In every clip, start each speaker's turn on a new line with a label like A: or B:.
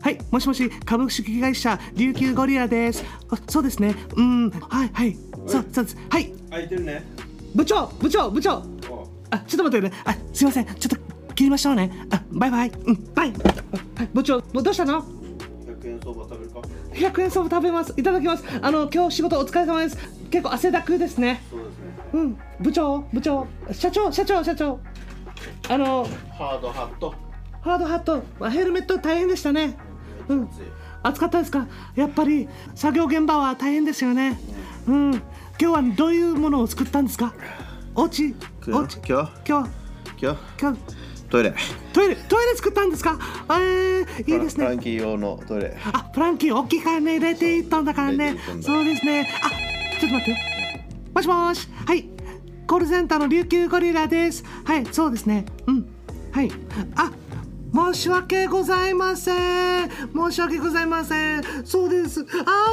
A: はいもしもし株式会社琉球ゴリラですあそうですねうんはいはいそうそうですはい
B: 空いてるね
A: 部長部長部長
B: お
A: あちょっと待ってねあすいませんちょっと切りましょうねあバイバイうんバイあはい部長もうどうしたの
B: 100円相場食べるか
A: 100円そば食べますいただきますあの今日仕事お疲れ様です結構汗だくですね
B: そうですね
A: うん部長部長社長社長社長あの
B: ハードハット
A: ハードハットあヘルメット大変でしたねうん
B: 暑い
A: 暑かったですかやっぱり作業現場は大変ですよねうん今日はどういうものを作ったんですかおうちおうち
B: 今日
A: 今日
B: 今日
A: 今日
B: トイレ
A: トイレトイレ作ったんですかえー、いいです
B: フラン
A: ね
B: キー用のトイレ
A: あプランキー大きいからね入れていったんだからね
B: 入れていったんだ
A: そうですねあちょっと待ってもしもーしはいコールセンターの琉球ゴリラですはいそうですねうんはいあ申し訳ございません申し訳ございませんそうです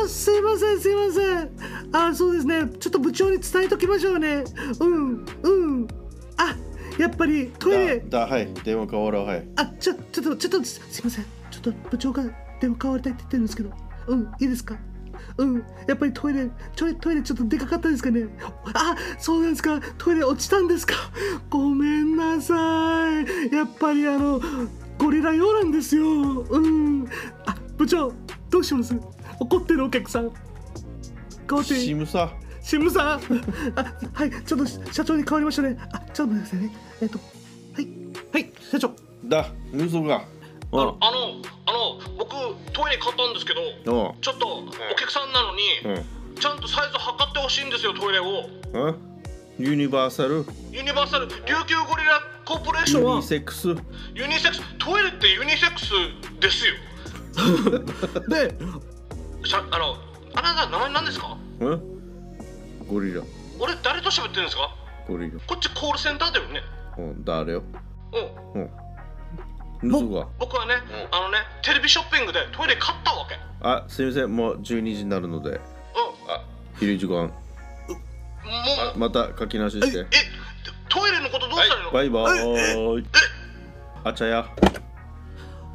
A: あすいませんすいませんあそうですねちょっと部長に伝えときましょうねうんうんあやっぱりトイレ
B: だだはいでも変わろうはい
A: あちょちょっとちょっとすすいませんちょっと部長が電話代わりたいって言ってるんですけどうんいいですかうんやっぱりトイレちょいトイレちょっとでかかったですかねあそうなんですかトイレ落ちたんですかごめんなさいやっぱりあのゴリラ用なんですようんあ部長どうします怒ってるお客さん変わって
B: シムサ
A: シムさんあはいちょっと社長に変わりましたねあちょっと待ってくださいねえっとはいはい社長
B: だ嘘が
C: あ
B: お
C: あのあの僕トイレ買ったんですけど
B: お
C: ちょっとお客さんなの
B: う
C: に、
B: ん
C: ちゃんとサイズ測ってほしいんですよトイレを
B: うんユニバーサル
C: ユニバーサル琉球ゴリラコーポレーシ
B: ユ
C: ョンは
B: ニセックス
C: ユニセックストイレってユニセックスですよ
A: で
C: しゃあのあなた名前何ですか
B: うんゴリラ
C: 俺誰と喋ってるんですか
B: ゴリラ
C: こっちコールセンターだよね
B: うん誰よ
C: うん
B: うん嘘が
C: 僕はね、あのねテレビショッピングでトイレ買ったわけ
B: あすいませんもう12時になるので
C: う
B: あ昼時間
C: んもう
B: また書き直しして
C: えトイレのことどうしたらいいの、
B: バイバーイあちゃや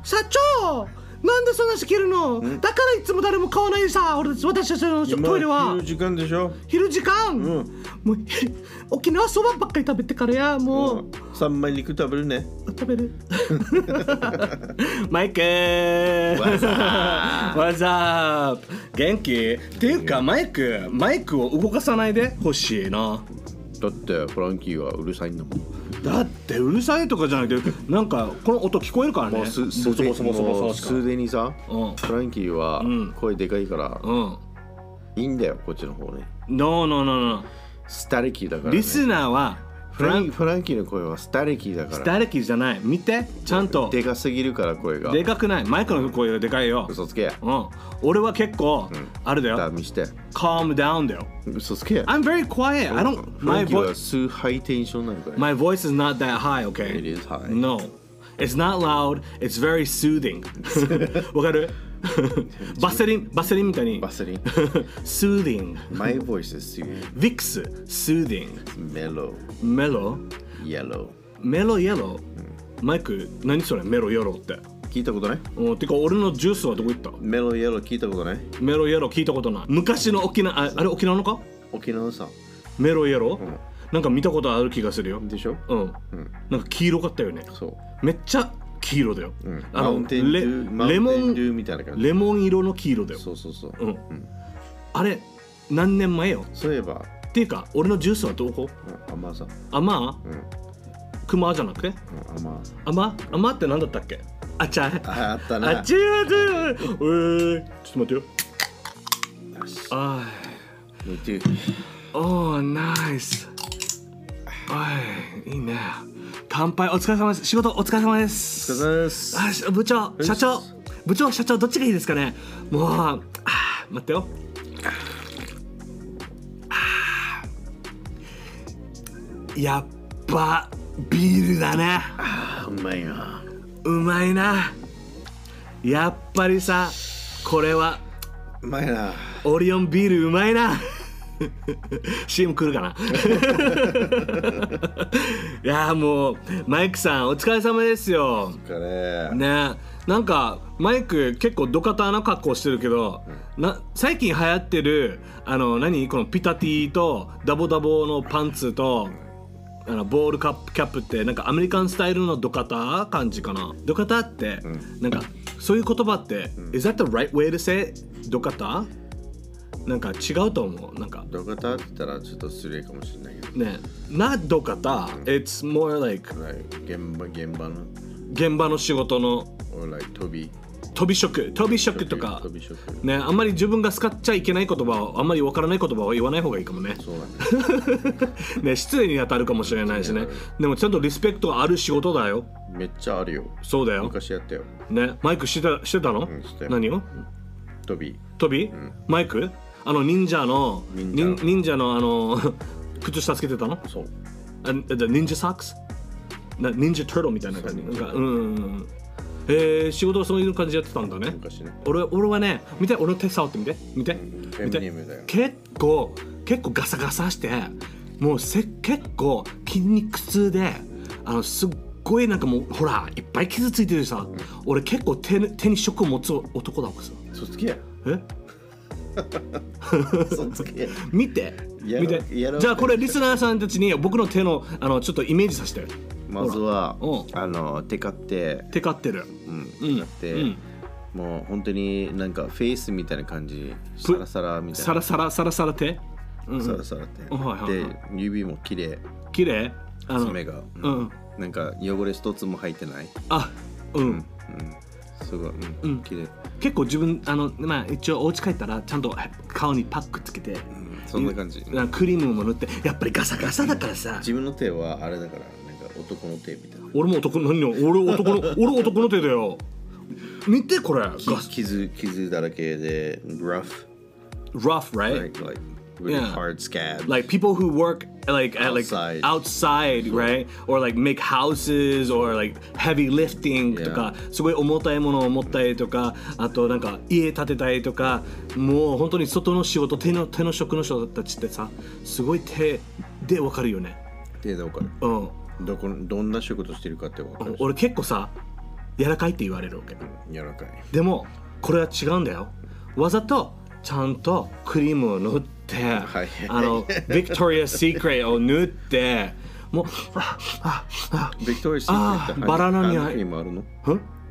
A: 社長なんでそんなし切るの
B: ん
A: だからいつも誰も買わないさ俺たち私たちの
B: 今
A: トイレは
B: 昼時間でしょ
A: 昼時間、
B: うん
A: もう ひ沖縄そばばっかり食べてからやもう、
B: 三枚肉食べるね
A: 食べる マイケー
B: What's
A: What's up? 元気っていうかマイクマイクを動かさないでほしいな
B: だってフランキーはうるさいんだもん
A: だってうるさいとかじゃなくてなんかこの音聞こえるからね
B: もうすす
A: ボソボソボソボソ
B: もうすでにさ
A: うん
B: フランキーは
A: うん
B: 声でかいから
A: うん
B: いいんだよこっちの方ね
A: No no no no
B: スタレキーだからね
A: リスナーは
B: フランフランキーの声はスタレキーだから
A: 誰きじゃない見てちゃんと
B: でかすぎるから声が
A: でかくないマイクの声がでかいよ、
B: 嘘つけ
A: うん、俺は結構、
B: ん
A: あれだよ
B: ダ見して。
A: calm down だよ
B: 嘘つけ。
A: I'm very quiet I don't
B: フラ
A: my
B: ンキーは
A: voice
B: 数ハイテンションなのか
A: my voice is not that high okay
B: It is high.
A: no it's not loud it's very soothing わかるバセリンバセリンみたいに
B: バセリ ン。
A: soothing
B: My voice is sweet,
A: ビックス soothing
B: mellow,
A: メロ
B: yellow.
A: メロイエロマイク何それメロイエロって
B: 聞いたことない
A: うんてか俺のジュースはどこ行った
B: メロイエロー聞いたことない
A: メロイエロー聞いたことない昔の沖縄ああれ沖縄のか
B: 沖縄さ
A: メロイエロー、
B: ん
A: なんか見たことある気がするよ
B: でしょ
A: うん、
B: うん
A: なんか黄色かったよね
B: そ
A: めっちゃ黄色だよ、
B: う。うん。
A: あ
B: マウ
A: の
B: ンテンデ
A: レ
B: ュー、マウン
A: レモ
B: テンデュー
A: ン
B: みたいな感じ。
A: レモン色の黄色だよ
B: そうそうそう。
A: うん、
B: ん
A: あれ何年前よ
B: そういえば、
A: っていうか俺のジュースはどこ
B: うん甘さ。
A: アマ
B: うん。うん
A: ークマじゃなくて
B: 甘。
A: アマアマって何だったっけあちゃい
B: ああった
A: あ
B: な。
A: っちゅうずえー、ちょっと待ってよあ
B: Me too.
A: ーおーナイスおいいいね乾杯お疲れ様です仕事お疲れ様で
B: お疲
A: す
B: れ様です。
A: あし部長
B: す
A: 社長部長社長どっちがいいですかねもうあー待ってよあーやっぱビールだね
B: あうまいな。
A: うまいなやっぱりさこれは
B: うまいな。
A: オリオンビールうまいな CM 来るかな いやーもうマイクさんお疲れ様ですよ
B: これ。
A: ねなんかマイク結構ドカターな格好してるけど、な最近流行ってるあの何このピタティとダボダボのパンツとあのボールカップキャップってなんかアメリカンスタイルのドカター感じかなドカターって、なんかそういう言葉って、Is that the right way to say it? ドカターなんか違うと思うなんか
B: どこだって言ったらちょっと失礼かもしれないけど。
A: ね Not ドカター It's more like
B: はい現場現場の
A: 現場の仕事の
B: or like 飛び
A: 飛び職飛び職とか
B: 飛び職
A: ね、あんまり自分が使っちゃいけない言葉をあんまりわからない言葉を言わない方がいいかも ね
B: そうなんだ。
A: ね失礼に当たるかもしれないしねでもちゃんとリスペクトがある仕事だよ
B: めっちゃあるよ。
A: そうだよ、
B: 昔やったよ。
A: ね、マイクしてたしてたの、
B: んしてた
A: 何を
B: 飛び
A: 飛び、マイクあの忍者の
B: 忍者
A: 忍忍者のあの 靴下つけてたの
B: そう。
A: あじゃあ忍者サックスな忍者トゥートルみたいな感じなんかうんうんうんえー、仕事はそういう感じでやってたんだね
B: 昔ね。
A: 俺俺はね見て俺の手触ってみて見て
B: フ
A: 見
B: ェミニ
A: て
B: ムだよ。
A: 結構結構ガサガサしてもうせ結構筋肉痛であのすっごいなんかもうほらいっぱい傷ついてるしさ、俺結構手に手に職を持つ男だわさ
B: そつきや。
A: え
B: そつきや。
A: 見て
B: やろ
A: 見て
B: やろ
A: じゃあこれリスナーさんたちに僕の手のあのちょっとイメージさせて
B: まずは
A: ほ
B: あのテカって
A: テカってる
B: うん
A: うん
B: テカって、
A: うん
B: もう本当になんかフェイスみたいな感じサラサラみたい
A: サ
B: な
A: ラサラサラサラ手うん
B: サラサラって、
A: はいはいはい
B: で指も綺麗
A: 綺麗あの
B: 爪が、
A: うん
B: なんか汚れ一つも入ってない
A: あうん
B: すごい、う
A: うん
B: ん、綺麗、
A: 結構自分あのまあ一応お家帰ったらちゃんと顔にパックつけて
B: うんそんな感じ
A: なんかクリームも塗ってやっぱりガサガサだからさ
B: 自分の手はあれだからなんか男の手みたいな
A: 俺も男の何よ俺男の 俺男の手だよ見てこれガ
B: き
A: ス
B: 傷傷だらけで rough
A: rough right
B: like like really
A: Yeah.
B: hard scab
A: like people who work like at, like
B: Outside.
A: outside right or like make houses or like heavy lifting
B: Yeah.
A: とかすごい重たいものを持ったりとかあとなんか家建てたりとかもう本当に外の仕事手の手の職の人たちってさすごい手でわかるよね
B: 手で分かる
A: うん
B: どこどんな仕事してるかって分かるし
A: 俺結構さ柔らかいって言われるわけ
B: 柔らかい
A: でもこれは違うんだよわざとちゃんとクリームを塗って、
B: い
A: あの Victoria's Secret を塗ってもうあああ
B: ビクトリー・シ
A: あ
B: ー
A: ー
B: クレット
A: バラの匂い
B: ハンドクリームあるの
A: ん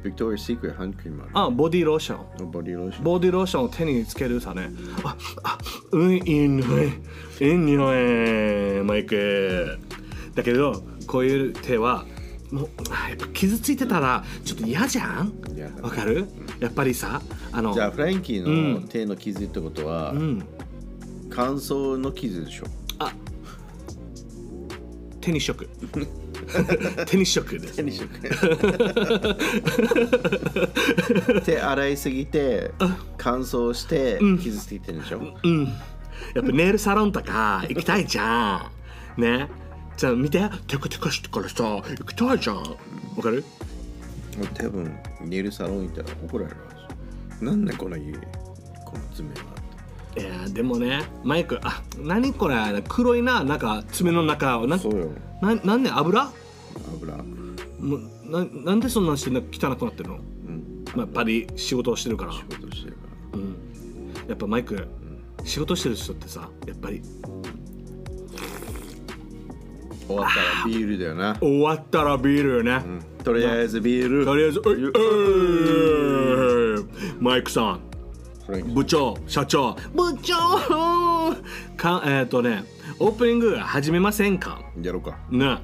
B: ビクトリー・シークレットハンドクリームあ
A: あボディローション
B: るのボディローション
A: ボディローションを手につけるさねああうんいい匂いいい匂いマイクだけどこういう手はもうあやっぱ傷ついてたらちょっと嫌じゃん
B: 嫌だね
A: わかるやっぱりさあの
B: じゃあフランキ
A: う
B: ー
A: ん
B: の手の傷ってことは、
A: うん
B: 乾燥の傷でしょ
A: あ手に 職手に職です
B: 手にしよう 手洗いすぎて乾燥して傷ついてるでしょ、
A: やっぱネイルサロンとか行きたいじゃんねじゃあ見てテカテカしてからさ行きたいじゃんわかる
B: もう多分ネイルサロン行ったら怒られるはずなんでこの家この爪はい
A: やーでもねマイクあ何これ黒いななんか爪の中をな
B: そうよ
A: ななんで油
B: 油
A: もうななんでそんなんしてな汚くなってるの、
B: ん
A: まあ、やっぱり仕事をしてるから
B: 仕事してるから
A: やっぱマイク、仕事してる人ってさやっぱり
B: 終わったらビールだよな、
A: 終わったらビールよね、
B: とりあえずビール
A: とりあえず、おいおいマイクさん、
B: フランキー
A: 部長、社長、部長かえっ、とね、オープニング始めませんか
B: やろうか
A: ね。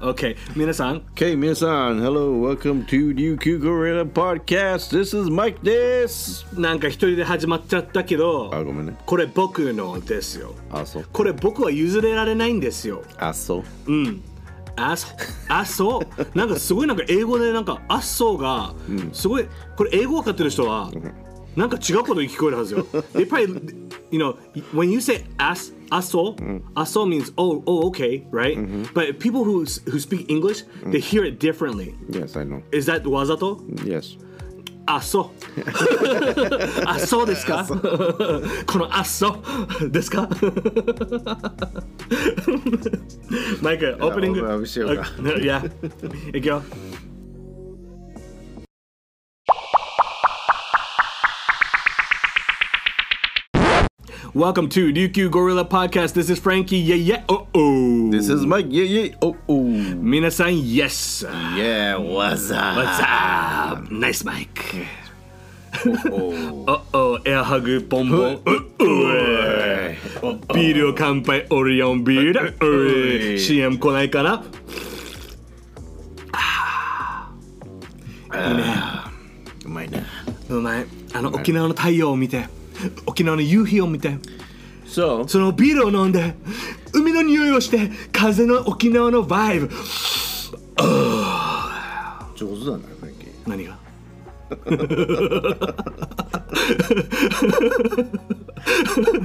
A: OK、皆さん、
B: Okay, Misan, hello, welcome to Ryukyu Gorilla Podcast. This is Mike this.
A: なんか一人で始まっちゃったけど、
B: あ、ごめんね。
A: これ僕のですよ。
B: あ、そう。
A: これ僕は譲れられないんですよ。
B: あ、そ
A: う
B: う。
A: ん。あそうあそうなんかすごいなんか英語でなんかあそうがすごいこれ英語わかってる人はなんか違うことに聞こえるはずよ。They probably you know when you say as あそうあそう means oh oh okay right but people who s- who speak English they hear it differently.
B: Yes, I know.
A: Is that わざと
B: Yes.
A: あそう あそうですかこのあそうですかマイクオープニング
B: オープニングしようか
A: あいやいくよ Welcome to Ryukyu Gorilla Podcast. This is Frankie. Yeah, yeah. Oh, oh.
B: This is Mike. Yeah, yeah. Oh, oh.
A: 皆さん、Yes.
B: Yeah, what's up?
A: What's up? Nice mic.
B: Oh,
A: おお、エアハグ、ボンボン。ううビールを乾杯、オリオンビール。う
B: う
A: え
B: い
A: CM 来ないかな
B: うまいな。
A: うまい。あの、沖縄の太陽を見て、沖縄の夕日を見て、
B: So,
A: そのビールを飲んで、海の匂いをして、風の沖縄のバイブ。
B: 上手だな、フランキー。
A: 何が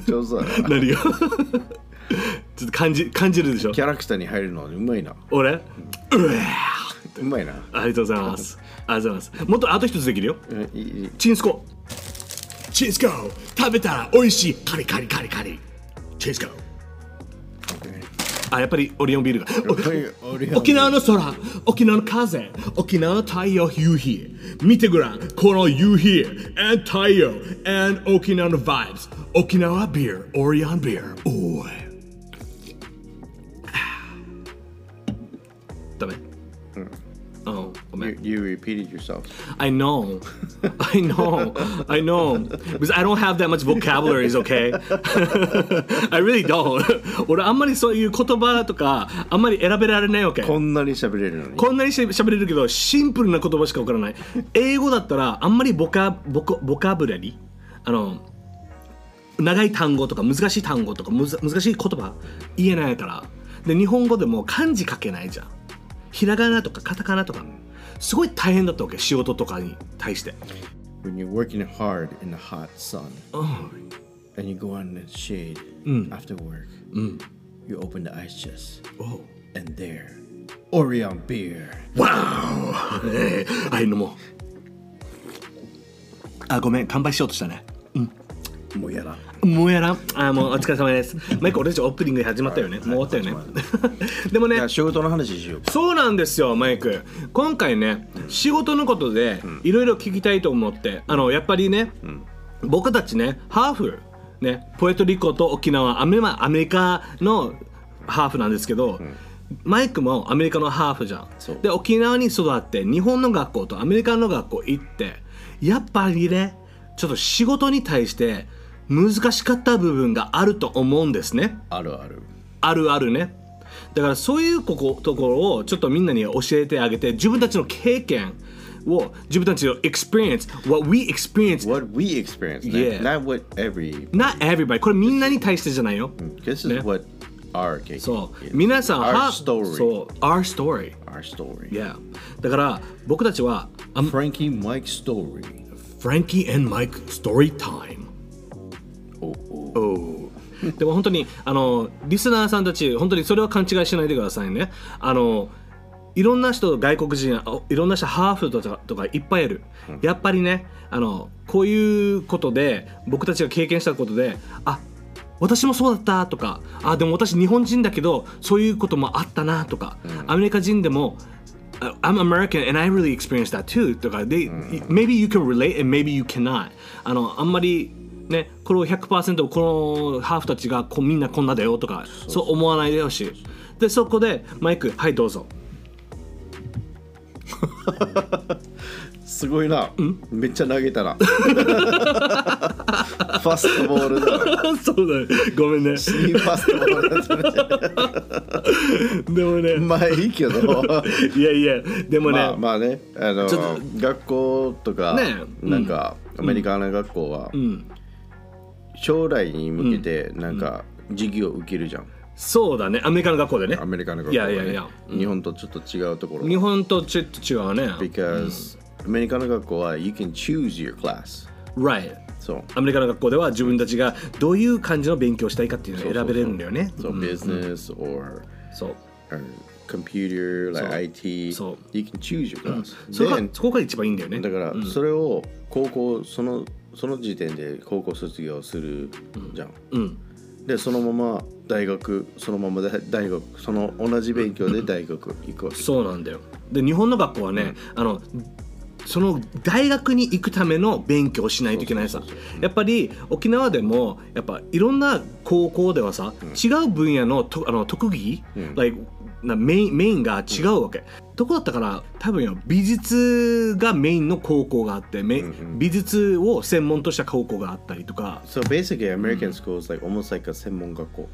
B: 上手だな。
A: 何が ちょっと感じ感じるでしょ
B: キャラクターに入るのはうまいな。
A: 俺
B: うまいな。
A: ありがとうございます。ありがとうございます。もっとあと一つできるよ。
B: えいいいい
A: チンスコ。チンスコ食べたら美味しい。カリカリカリカリ。チンスコ。あ、やっぱりオリオンビールが。お沖縄の空、沖縄の風、沖縄の太陽、夕日。見てごらん、この夕日、and 太陽、and 沖縄の vibes。沖縄ビール、オリオンビール。おい。 ダメ。うん。うん、ごめん
B: You,。you repeated yourself.
A: Oh, I know. I know. I know. Because I don't have that much vocabulary, is okay? I really don't. 俺あんまりそういう言葉とかあんまり選べられないわけ。
B: こんなに喋れるのに。
A: こんなにしゃべれるけどシンプルな言葉しかわからない。英語だったらあんまりボカボコボカブラリーあの長い単語とか難しい単語とかむず難しい言葉言えないからで日本語でも漢字書けないじゃんひらがなとかカタカナとかすごい大変だったわけ仕事とかに対して
B: When you're working hard in the hot sun
A: うん
B: and you go out in the shade
A: Mm.
B: after work, you open the ice chest
A: おう
B: and there, Orion beer.
A: わーおええあいのもあごめん乾杯しようとしたね
B: もうやら。
A: もうやらんあもうお疲れ様ですマイク俺たちオープニング始まったよね、もう終わったよね でも
B: い
A: ね
B: や、仕事の話しようか。
A: そうなんですよマイク今回ね仕事のことでいろいろ聞きたいと思ってあのやっぱりね、僕たちねハーフねポエトリコと沖縄アメまあアメリカのハーフなんですけど、マイクもアメリカのハーフじゃん
B: そう
A: で沖縄に育って日本の学校とアメリカの学校行ってやっぱりねちょっと仕事に対して難しかった部分があると思うんですね。
B: あるある。
A: あるあるねだからそういうここところをちょっとみんなに教えてあげて自分たちの経験を自分たちの experience what we experience
B: What we experience, yeah.
A: Yeah.
B: not what every.
A: not everybody これみんなに対してじゃないよ
B: This is
A: ね
B: what our case
A: そう皆
B: 皆
A: さん
B: Our
A: は
B: story.
A: そう our story
B: our story.
A: yeah だから僕たちは I'm
B: Frankie Mike's story.
A: Frankie and Mike story time
B: Oh, oh.
A: でも本当にあのリスナーさんたち本当にそれは勘違いしないでくださいねあのいろんな人外国人あいろんな人ハーフとかとかいっぱいいるやっぱりねあのこういうことで僕たちが経験したことであ私もそうだったとかあでも私日本人だけどそういうこともあったなとか、アメリカ人でもあ I'm American and I really experienced that too とかで、maybe you can relate and maybe you cannot あのあんまりねこれを100%このハーフたちがこうみんなこんなだよとかそう思わないでほしいでそこでマイクはいどうぞ
B: すごいな。
A: Mm.
B: めっちゃ投げた な。ファストボールだ な。
A: そうだねごめん ね
B: いいファストボール だな。
A: でもね
B: まあいいけど。
A: いやいやでもね、
B: まあまあね、あの
A: ちょっと
B: 学校とか、
A: ねえ
B: なんか、アメリカの学校は、
A: ん
B: 将来に向けてなんか授業を受けるじゃん。
A: そうだねアメリカの学校でね
B: アメリカの学校は、ね、
A: いやいやいや
B: 日本とちょっと違うところ。
A: 日本とちょっと違うね
B: because、アメリカの学校は you can choose your class。
A: right
B: そう。
A: アメリカの学校では自分たちがどういう感じの勉強をしたいかっていうのを選べれるんだよね。
B: そう、business or
A: そう。
B: or computer, like IT.
A: そう
B: You can choose your class.
A: それが
B: Then-
A: そこが一番いいんだよね。
B: だからそれを高校そのその時点で高校卒業するじゃん。
A: うん。
B: でそのまま大学そのまま大大学その同じ勉強で大学行くわけ。
A: そうなんだよ。で日本の学校はね、あのその大学に行くための勉強をしないといけないさ
B: そうそうそうそう
A: やっぱり沖縄でもやっぱいろんな高校ではさ、違う分野のとあの特技、
B: うん
A: like なメインメインが違うわけ、どこだったから多分よ美術がメインの高校があって、め
B: うんうん
A: 美術を専門とした高校があったりとか
B: So basically, American school is like almost like a 専門学校。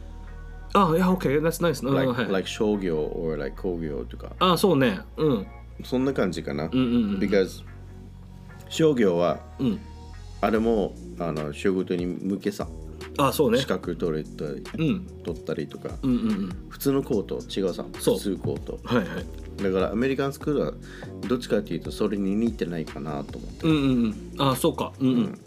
A: あいや OK that's nice あ
B: like,
A: はい
B: like 商業 or like 工業とか。
A: あそうねうん
B: そんな感じかな。
A: うんうんうん
B: Because 商業は
A: うん
B: あれもあの仕事に向けさ。
A: あそうね
B: 資格取れたり、
A: うん
B: 取ったりとか。
A: うんうんうん
B: 普通のコート違うさ。
A: そう
B: 普通コート。
A: はいはい
B: だからアメリカンスクールはどっちかっていうとそれに似てないかなと思って。
A: うんうんうんあそうかうんうん、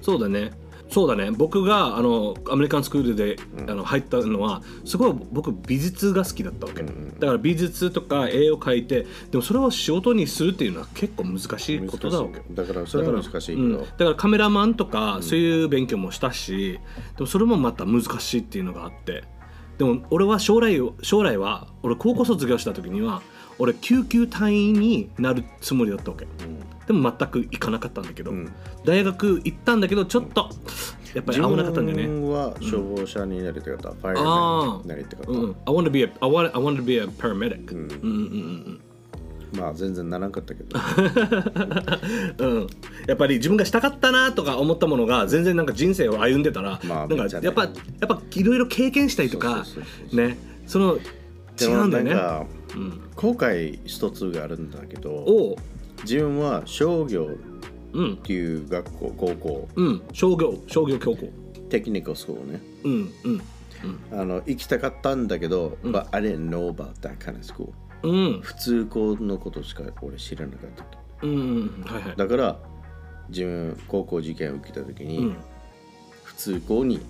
A: そうだねそうだね僕があのアメリカンスクールで、あの入ったのはすごい僕美術が好きだったわけ、だから美術とか絵を描いてでもそれを仕事にするっていうのは結構難しいことだわけ
B: だからそれは難しいけど。
A: うんだからカメラマンとかそういう勉強もしたし、でもそれもまた難しいっていうのがあってでも俺は将来を将来は俺高校卒業した時には俺救急隊員になるつもりだったわけ、でも全く行かなかったんだけど、
B: うん
A: 大学行ったんだけどちょっとやっぱり合わなかったんだよね
B: 自分は消防車になりたかった、ファイア
A: あ
B: マン
A: あ
B: になりたかった、
A: うん、I want to be a, I want, I want to be a paramedic、うん、うんうんうん
B: まあ全然ならんかったけど
A: うん、やっぱり自分がしたかったなとか思ったものが全然なんか人生を歩んでたら、
B: まあ
A: な
B: め
A: ん
B: っち
A: か
B: ゃね
A: やっぱやっぱいろいろ経験したりとか
B: そうそうそうそう
A: ねその違
B: で
A: う
B: も
A: んだ
B: なん
A: よね。
B: か、後悔一つがあるんだけど
A: おう
B: 自分は商業
A: うん
B: っていう学校高校
A: うん商業商業教校
B: テクニカルスクールね
A: うんうん
B: あの行きたかったんだけど、but I didn't know about that kind of school
A: うん
B: 普通校のことしか俺知らなかっ
A: う
B: た
A: んうんはいはい
B: だから自分高校受験を受けた時に、
A: うん
B: 普通校に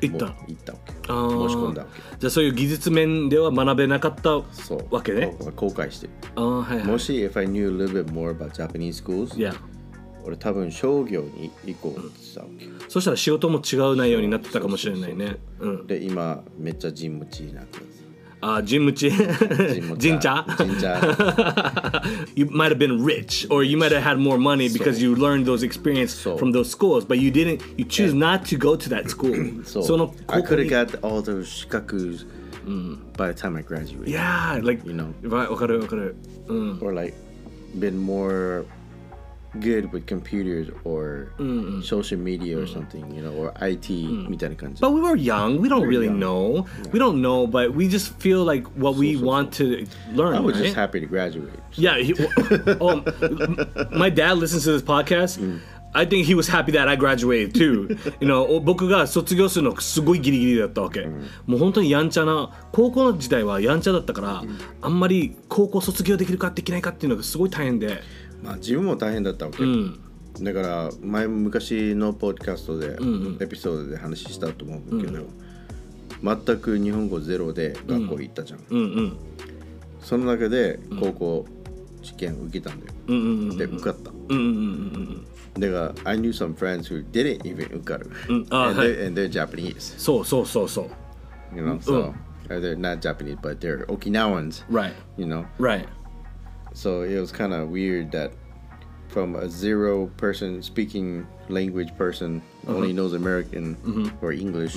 A: 行った
B: もう行ったわけ
A: あー
B: 申し込んだわけ
A: じゃあそういう技術面では学べなかったあ
B: そう
A: わけね
B: 後悔してる
A: ーはいはい
B: もし、if I knew a little bit more about Japanese schools、
A: いや
B: 俺多分商業に行こうって言ってたわ
A: そしたら仕事も違う内容になってたかもしれないねうん
B: け。で、今、めっちゃジンムチになってます。
A: あージンムチ
B: ムチ
A: ジンチャ
B: ジンチャ
A: you might have been rich or you might have had more money because you learned those experience
B: So-
A: from those schools but you didn't you choose not to go to that school
B: そう。
A: その
B: I could have
A: こ
B: got all those 資格 by the time I graduated.
A: こに yeah like
B: You know.
A: わわかるわかるうん
B: Or like, been more good with computers or social
A: Mm。
B: media or something, you know, or IT みたいな感じ
A: But。we were young. We don't really know. We don't know, but we just feel like what we
B: So, so,
A: want to learn.
B: I was
A: right?
B: just happy to graduate.
A: Yeah. He, oh, my dad listens to this podcast. I think he was happy that I graduated too. you know, お僕が卒業するのすごいギリギリだったわけ。もう本当にやんちゃな高校の時代はやんちゃだったから、あんまり高校卒業できるかできないかっていうのがすごい大変で。
B: まあ自分も大変だったわけ、だから前昔のポッドキャストで、エピソードで話したと思うけど、全く日本語ゼロで学校行ったじゃん、
A: うんうん
B: その中で高校試験受けたんだよ、で受かった、
A: うんうんうん
B: だから I knew some friends who didn't even 受かる、
A: うんあ
B: and,
A: はい
B: they're, and they're Japanese
A: そうそうそうそう。
B: you know so、they're not Japanese but they're Okinawans
A: Right.
B: you know
A: Right.
B: So it was kind of weird that from a zero person speaking language person
A: Uh-huh.
B: only knows American
A: Mm-hmm.
B: or English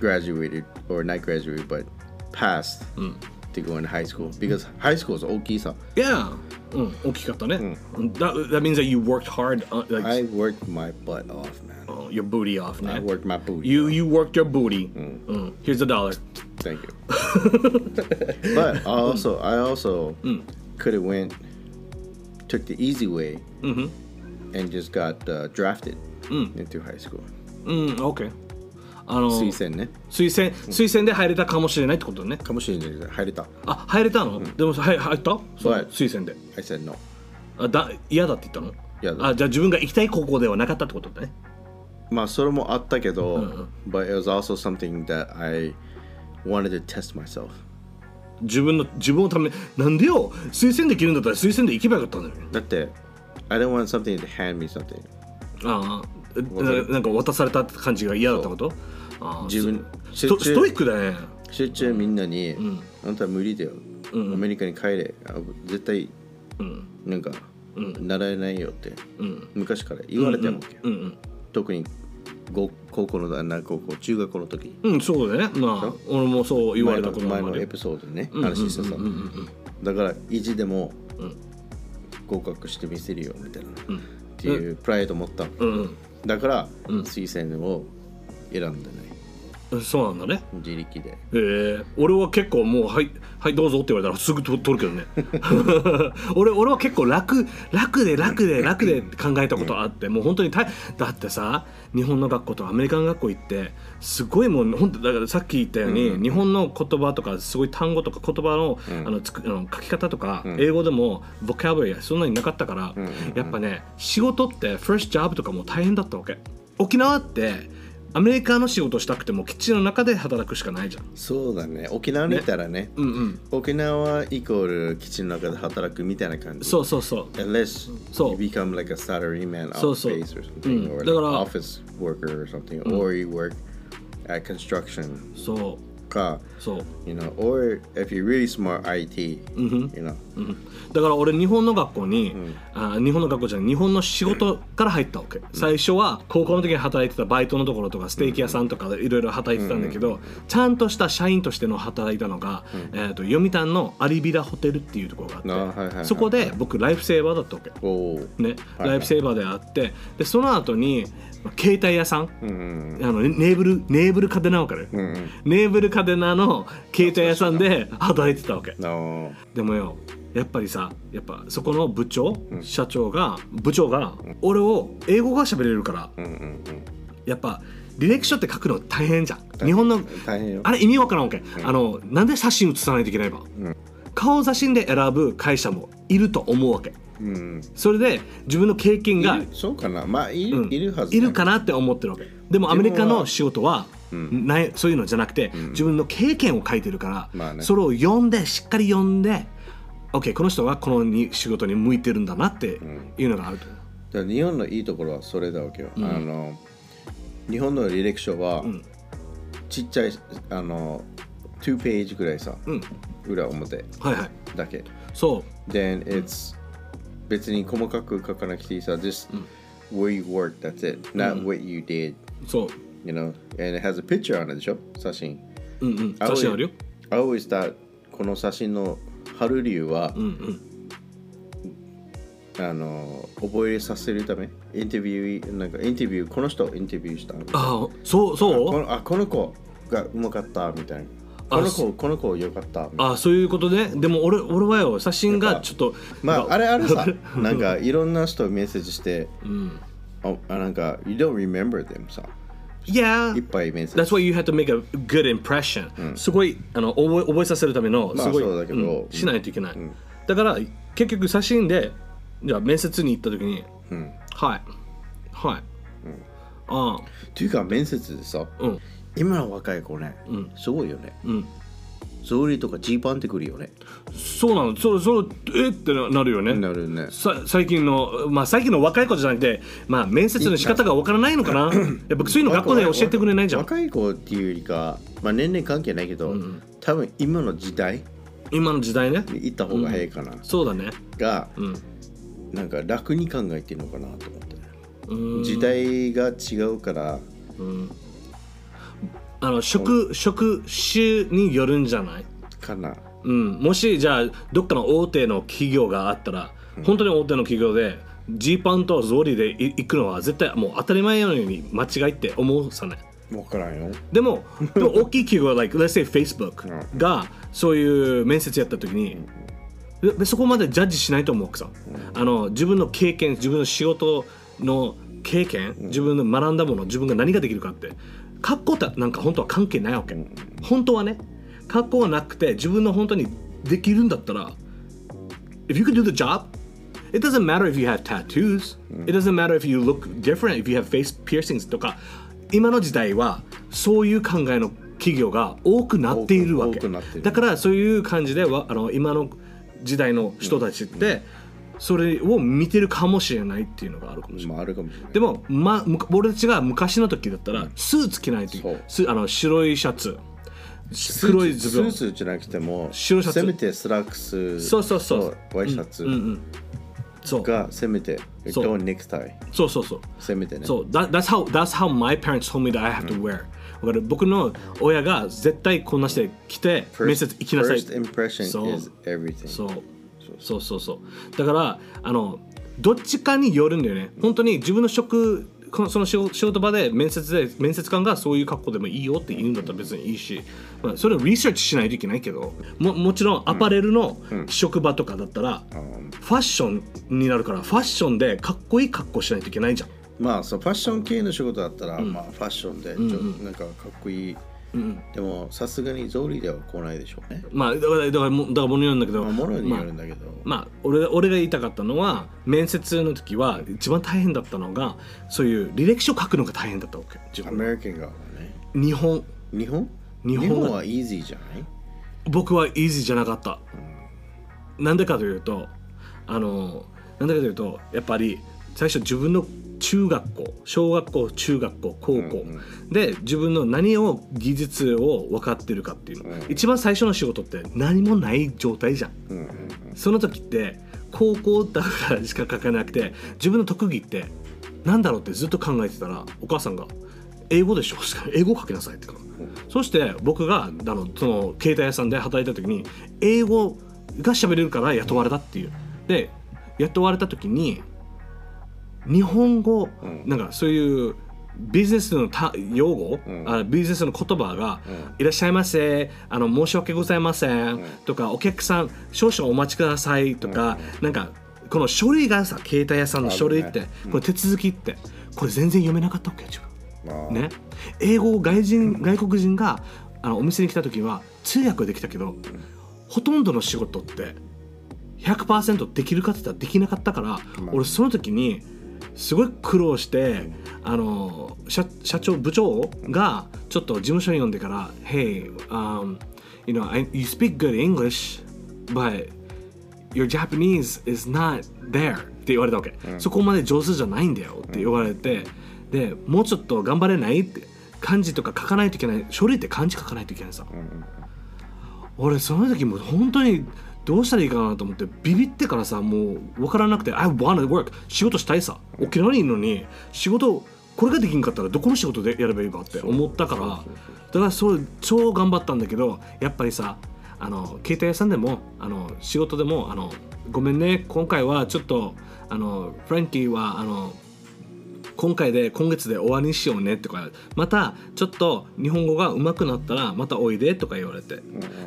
B: graduated or not graduated but passed
A: Mm.
B: to go in high school because high school is okisa.
A: Yeah. うん大きかったね。That, that means that you worked hard on like
B: I worked my butt off, man.
A: your booty off. ね
B: I worked my booty.
A: Oh. You
B: off.
A: you worked your booty. Mm. Here's a dollar.
B: thank you. but I also I also
A: Mm.
B: could have went took the easy way
A: Mm-hmm.
B: and just got uh, drafted
A: Mm.
B: into high school.
A: うん、OK。あの
B: 推薦ね。
A: 推薦推薦で入れたかもしれないってことね。
B: かもしれないけど入れた。
A: あ入れたの？でもはい入った？そう
B: はい
A: 推薦で。
B: I said no.
A: あだ嫌だって言ったの？
B: 嫌だ
A: あじゃあ自分が行きたい高校ではなかったってことだね。
B: まあそれもあったけど、but it was also something that I wanted to test myself.
A: 自分の自分のためなんでよ推薦できるんだったら推薦で行けばよかったんだよ。
B: だって I don't want something to hand me something.
A: ああななんか渡された感じが嫌だったこと？ああ
B: 自分
A: ス
B: 集
A: ト
B: 中
A: ストイックだね。
B: 集中みんなに、あんたは無理だよ、アメリカに帰れあ絶対、なんか習えないよって
A: うん
B: 昔から言われてるわけよ、
A: うんうん
B: 特にご高校のあな高校中学校の時
A: うんそうだよねまあ俺もそう言われたこと
B: 前
A: も
B: の
A: あ
B: 前のエ
A: る
B: ピソードでね話してさ
A: うんうんうんうん
B: だから意地でも
A: ん
B: 合格してみせるよみたいな、
A: ん
B: っていうプライド持ったの
A: うんうん
B: だから、
A: うん
B: 推薦を選んでね
A: うんそうなんだね
B: 自力で
A: えー、俺は結構もう「はい、はい、どうぞ」って言われたらすぐと取るけどね 俺俺は結構楽楽で楽で楽で考えたことあってもう本当に大だってさ日本の学校とアメリカの学校行ってすごいもう本当だからさっき言ったように、日本の言葉とかすごい単語とか言葉の,、あのつくあの書き方とか、英語でもボキャブラリーがそんなになかったから、やっぱね仕事ってフ i r s t job とかも大変だったわけ沖縄ってアメリカの仕事したくても基地の中で働くしかないじゃん
B: そうだね沖縄にいたらね
A: うんうん
B: 沖縄イコール基地の中で働くみたいな感じ
A: そうそうそう
B: Unless
A: そう
B: you become like a salaryman off
A: そうそう
B: base or something,
A: うん
B: or
A: だ
B: like
A: から
B: office worker or something, or you work at construction
A: そう
B: か、
A: そう
B: you know, or if you're really smart, IT, you know.
A: だから俺日本の学校に、あ日本の学校じゃない日本の仕事から入ったわけ、最初は高校の時に働いてたバイトのところとかステーキ屋さんとかでいろいろ働いてたんだけど、ちゃんとした社員としての働いたのが、えー、と読谷のアリビラホテルっていうところがあって
B: あはいはいはい
A: そこで僕ライフセーバーだったわけ、
B: おー
A: ね、
B: はい
A: ライフセーバーであってでその後にまあ携帯屋さん、あのネーブルネーブルカデナわかる、ネーブルカデナの携帯屋さんで働いてたわけ
B: No.
A: でもよやっぱりさやっぱそこの部長、社長が部長が俺を英語が喋れるから、やっぱ履歴書って書くの大変じゃん日本の
B: 大変よ
A: あれ意味わからんわけ、あのなんで写真写さないといけないの、顔写真で選ぶ会社もいると思うわけ
B: うん。
A: それで自分の経験が
B: いるそうかなまあ、いる,、
A: うん
B: いるはず、
A: いるか。なって思ってるわけでもアメリカの仕事はないそういうのじゃなくて、自分の経験を書いてるから、
B: まあね
A: それを読んでしっかり読んで OK この人はこのに仕事に向いてるんだなっていうのがあると、
B: だから日本のいいところはそれだわけよ。あの、日本の履歴書は、ちっちゃい、あの、2ページぐらいさ、
A: ん
B: 裏表
A: はいはい
B: だけ。
A: そう
B: then it's 別に細かく書かなくていいさ just where you work that's it not what you did
A: そう
B: you know and it has a picture on it でしょ写真
A: うんうん写
B: always-
A: 真あるよ
B: I always thought この写真の貼る理由は、あの覚えさせるためインタビューなんかインタビューこの人をインタビューした
A: ああそう
B: こ
A: そう
B: のあこの子がうまかったみたいな
A: あ
B: この子この子よかったみたいな
A: ああそういうことねでも俺俺はよ写真がちょっとな
B: ま
A: ん
B: あ
A: か
B: あれあ れさなんかいろんな人メッセージして、ああなんか you don't remember them さ
A: Yeah
B: いっぱいメッセー
A: That's
B: ジ
A: why you have to make a good impression、すごいあの覚え覚えさせるための
B: まあ
A: すごい、
B: そうだけど
A: うんしないといけない、だから結局写真でじゃあ面接に行った時に、はいはい、ああ
B: っていうか面接でさ、
A: うん
B: 今の若い子ね、すごいよね、
A: ん
B: ゾーリとかジーパンってくる よね
A: そうなのそれそれえってななるよね
B: なるね
A: さ最近のまあ最近の若い子じゃなくてまあ面接の仕方がわからないのかなやっぱそういうの学校で教えてくれないじゃん
B: 若い子っていうよりか、まあ、年齢関係ないけど、多分今の時代
A: 今の時代ね
B: に行った方が早いかな、
A: そうだね
B: が、
A: ん
B: なんか楽に考えてるのかなと思って
A: うん
B: 時代が違うから
A: あの職職種によるんじゃない
B: かな
A: うん、もしじゃあどっかの大手の企業があったら、本当に大手の企業でジーパンとゾーリでい行くのは絶対もう当たり前のように間違いって思うさね
B: 分からんよ
A: でもでも大きい企業 like let's say Facebook が そういう面接やった時に、ででそこまでジャッジしないと思うわけさ、あの自分の経験自分の仕事の経験、自分の学んだもの自分が何ができるかって格好ってなんか本当は関係ないわけ、本当はね格好はなくて自分の本当にできるんだったら if you can do the job it doesn't matter if you have tattoos it doesn't matter if you look different if you have face piercings とか今の時代はそういう考えの企業が多くなっているわけ
B: 多く多くなってる
A: だからそういう感じでわあの今の時代の人たちってそれを見てるかもしれないっていうのがあるかもしれない
B: まああるかもしれない
A: でも、ま、むか俺たちが昔の時だったらスーツ着ないとい
B: そう
A: すあの白いシャツ黒いズボン
B: スーツじゃなくても
A: 白シャツ
B: せめてスラックス
A: そうそうそう
B: ワイシャツ、
A: うんそう
B: がせめて、
A: そう
B: don't next time
A: そうそうそう
B: せめてね。
A: そう、that, that's, how, that's how my parents told me that I have to wear、だから僕の親が絶対こんなして来て
B: First-
A: 面接行きなさい
B: First impression
A: そう
B: is everything.
A: そうそうそうそうだからあのどっちかによるんだよね本当に自分の職このその仕事仕事場で面接で面接官がそういう格好でもいいよって言うんだったら別にいいし、まあ、それをリサーチしないといけないけどももちろんアパレルの職場とかだったら、ファッションになるからファッションでかっこいい格好しないといけないじゃん
B: まあそのファッション系の仕事だったら、まあファッションでちょ、なんかかっこいい、でもさすがにゾーリーでは来ないでしょうね、
A: まあだからだからもだから物によるんだけど、
B: まあ、もろによるんだけど、
A: まあ、俺が俺が言いたかったのは面接の時は一番大変だったのがそういう履歴書書くのが大変だったわけ自
B: ア
A: 分
B: メリカンがね
A: 日本
B: 日本
A: 日本は
B: はイージーじゃない
A: 僕はイージーじゃなかったなんでかというとあのなんでかというとやっぱり最初自分の中学校小学校中学校高校、で自分の何を技術を分かってるかっていうの、一番最初の仕事って何もない状態じゃん
B: うんうん
A: その時って高校だからしか書かなくて自分の特技ってなんだろうってずっと考えてたらお母さんが「英語でしょ」 英語書きなさい」って言うからそして僕があのその携帯屋さんで働いた時に英語が喋れるから雇われたっていうで雇われた時に日本語、
B: うん
A: なんかそういうビジネスのた用語、
B: うん
A: あビジネスの言葉が
B: うん
A: いらっしゃいませ、あの申し訳ございません、
B: ん
A: とか、お客さん、少々お待ちくださいとか、なんか、この書類がさ、携帯屋さんの書類って、
B: あるねうん
A: この手続きって、これ全然読めなかったわけよ、自
B: まあ、
A: 分。ね。英語を外人、外国人があのお店に来た時は、通訳はできたけど、ほとんどの仕事って、100%できるかって言ったらできなかったから、
B: まあ
A: 俺その時にすごい苦労して、あの社社長部長がちょっと事務所に呼んでから「Hey, um, you know, I, you speak good English, but your Japanese is not there」って言われたわけ、そこまで上手じゃないんだよって言われて、でもうちょっと頑張れないって漢字とか書かないといけない書類って漢字書かないといけないさ、俺その時もう本当にどうしたらいいかなと思ってビビってからさもう分からなくて「I wanna work」仕事したいさ沖縄にいるのに仕事これができんかったらどこの仕事でやればいいかって思ったからだからそれ超頑張ったんだけどやっぱりさあの携帯屋さんでもあの仕事でもあの「ごめんね今回はちょっとあのフランキーはあの今回で今月で終わりにしようねとかまたちょっと日本語が上手くなったらまたおいでとか言われて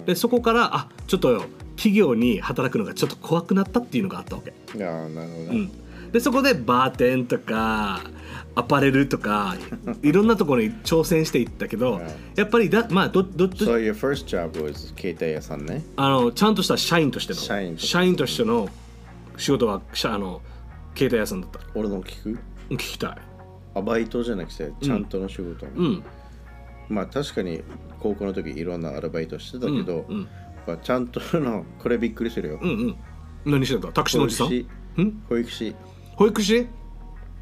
A: でそこからあちょっと企業に働くのがちょっと怖くなったっていうのがあったわけ、
B: いやなるほど
A: う
B: ね、
A: ん、でそこでバーテンとかアパレルと かいろんなところに挑戦していったけどやっぱりだまあどどど
B: So your first job was 携帯屋さんね
A: あのちゃんとした社員としての
B: 社員とし
A: として
B: て
A: の仕事は社あの携帯屋さんだった
B: 俺の聞く
A: うん聞きたい
B: アバイトじゃなくてちゃんとの仕事、
A: うん
B: まあ確かに高校の時いろんなアルバイトしてたけど、
A: うんうん
B: まあ、ちゃんとのこれびっくりするよ、
A: うんうん何してたタクシーのお
B: 保
A: じ
B: 育
A: さん
B: 士保育士
A: 保育士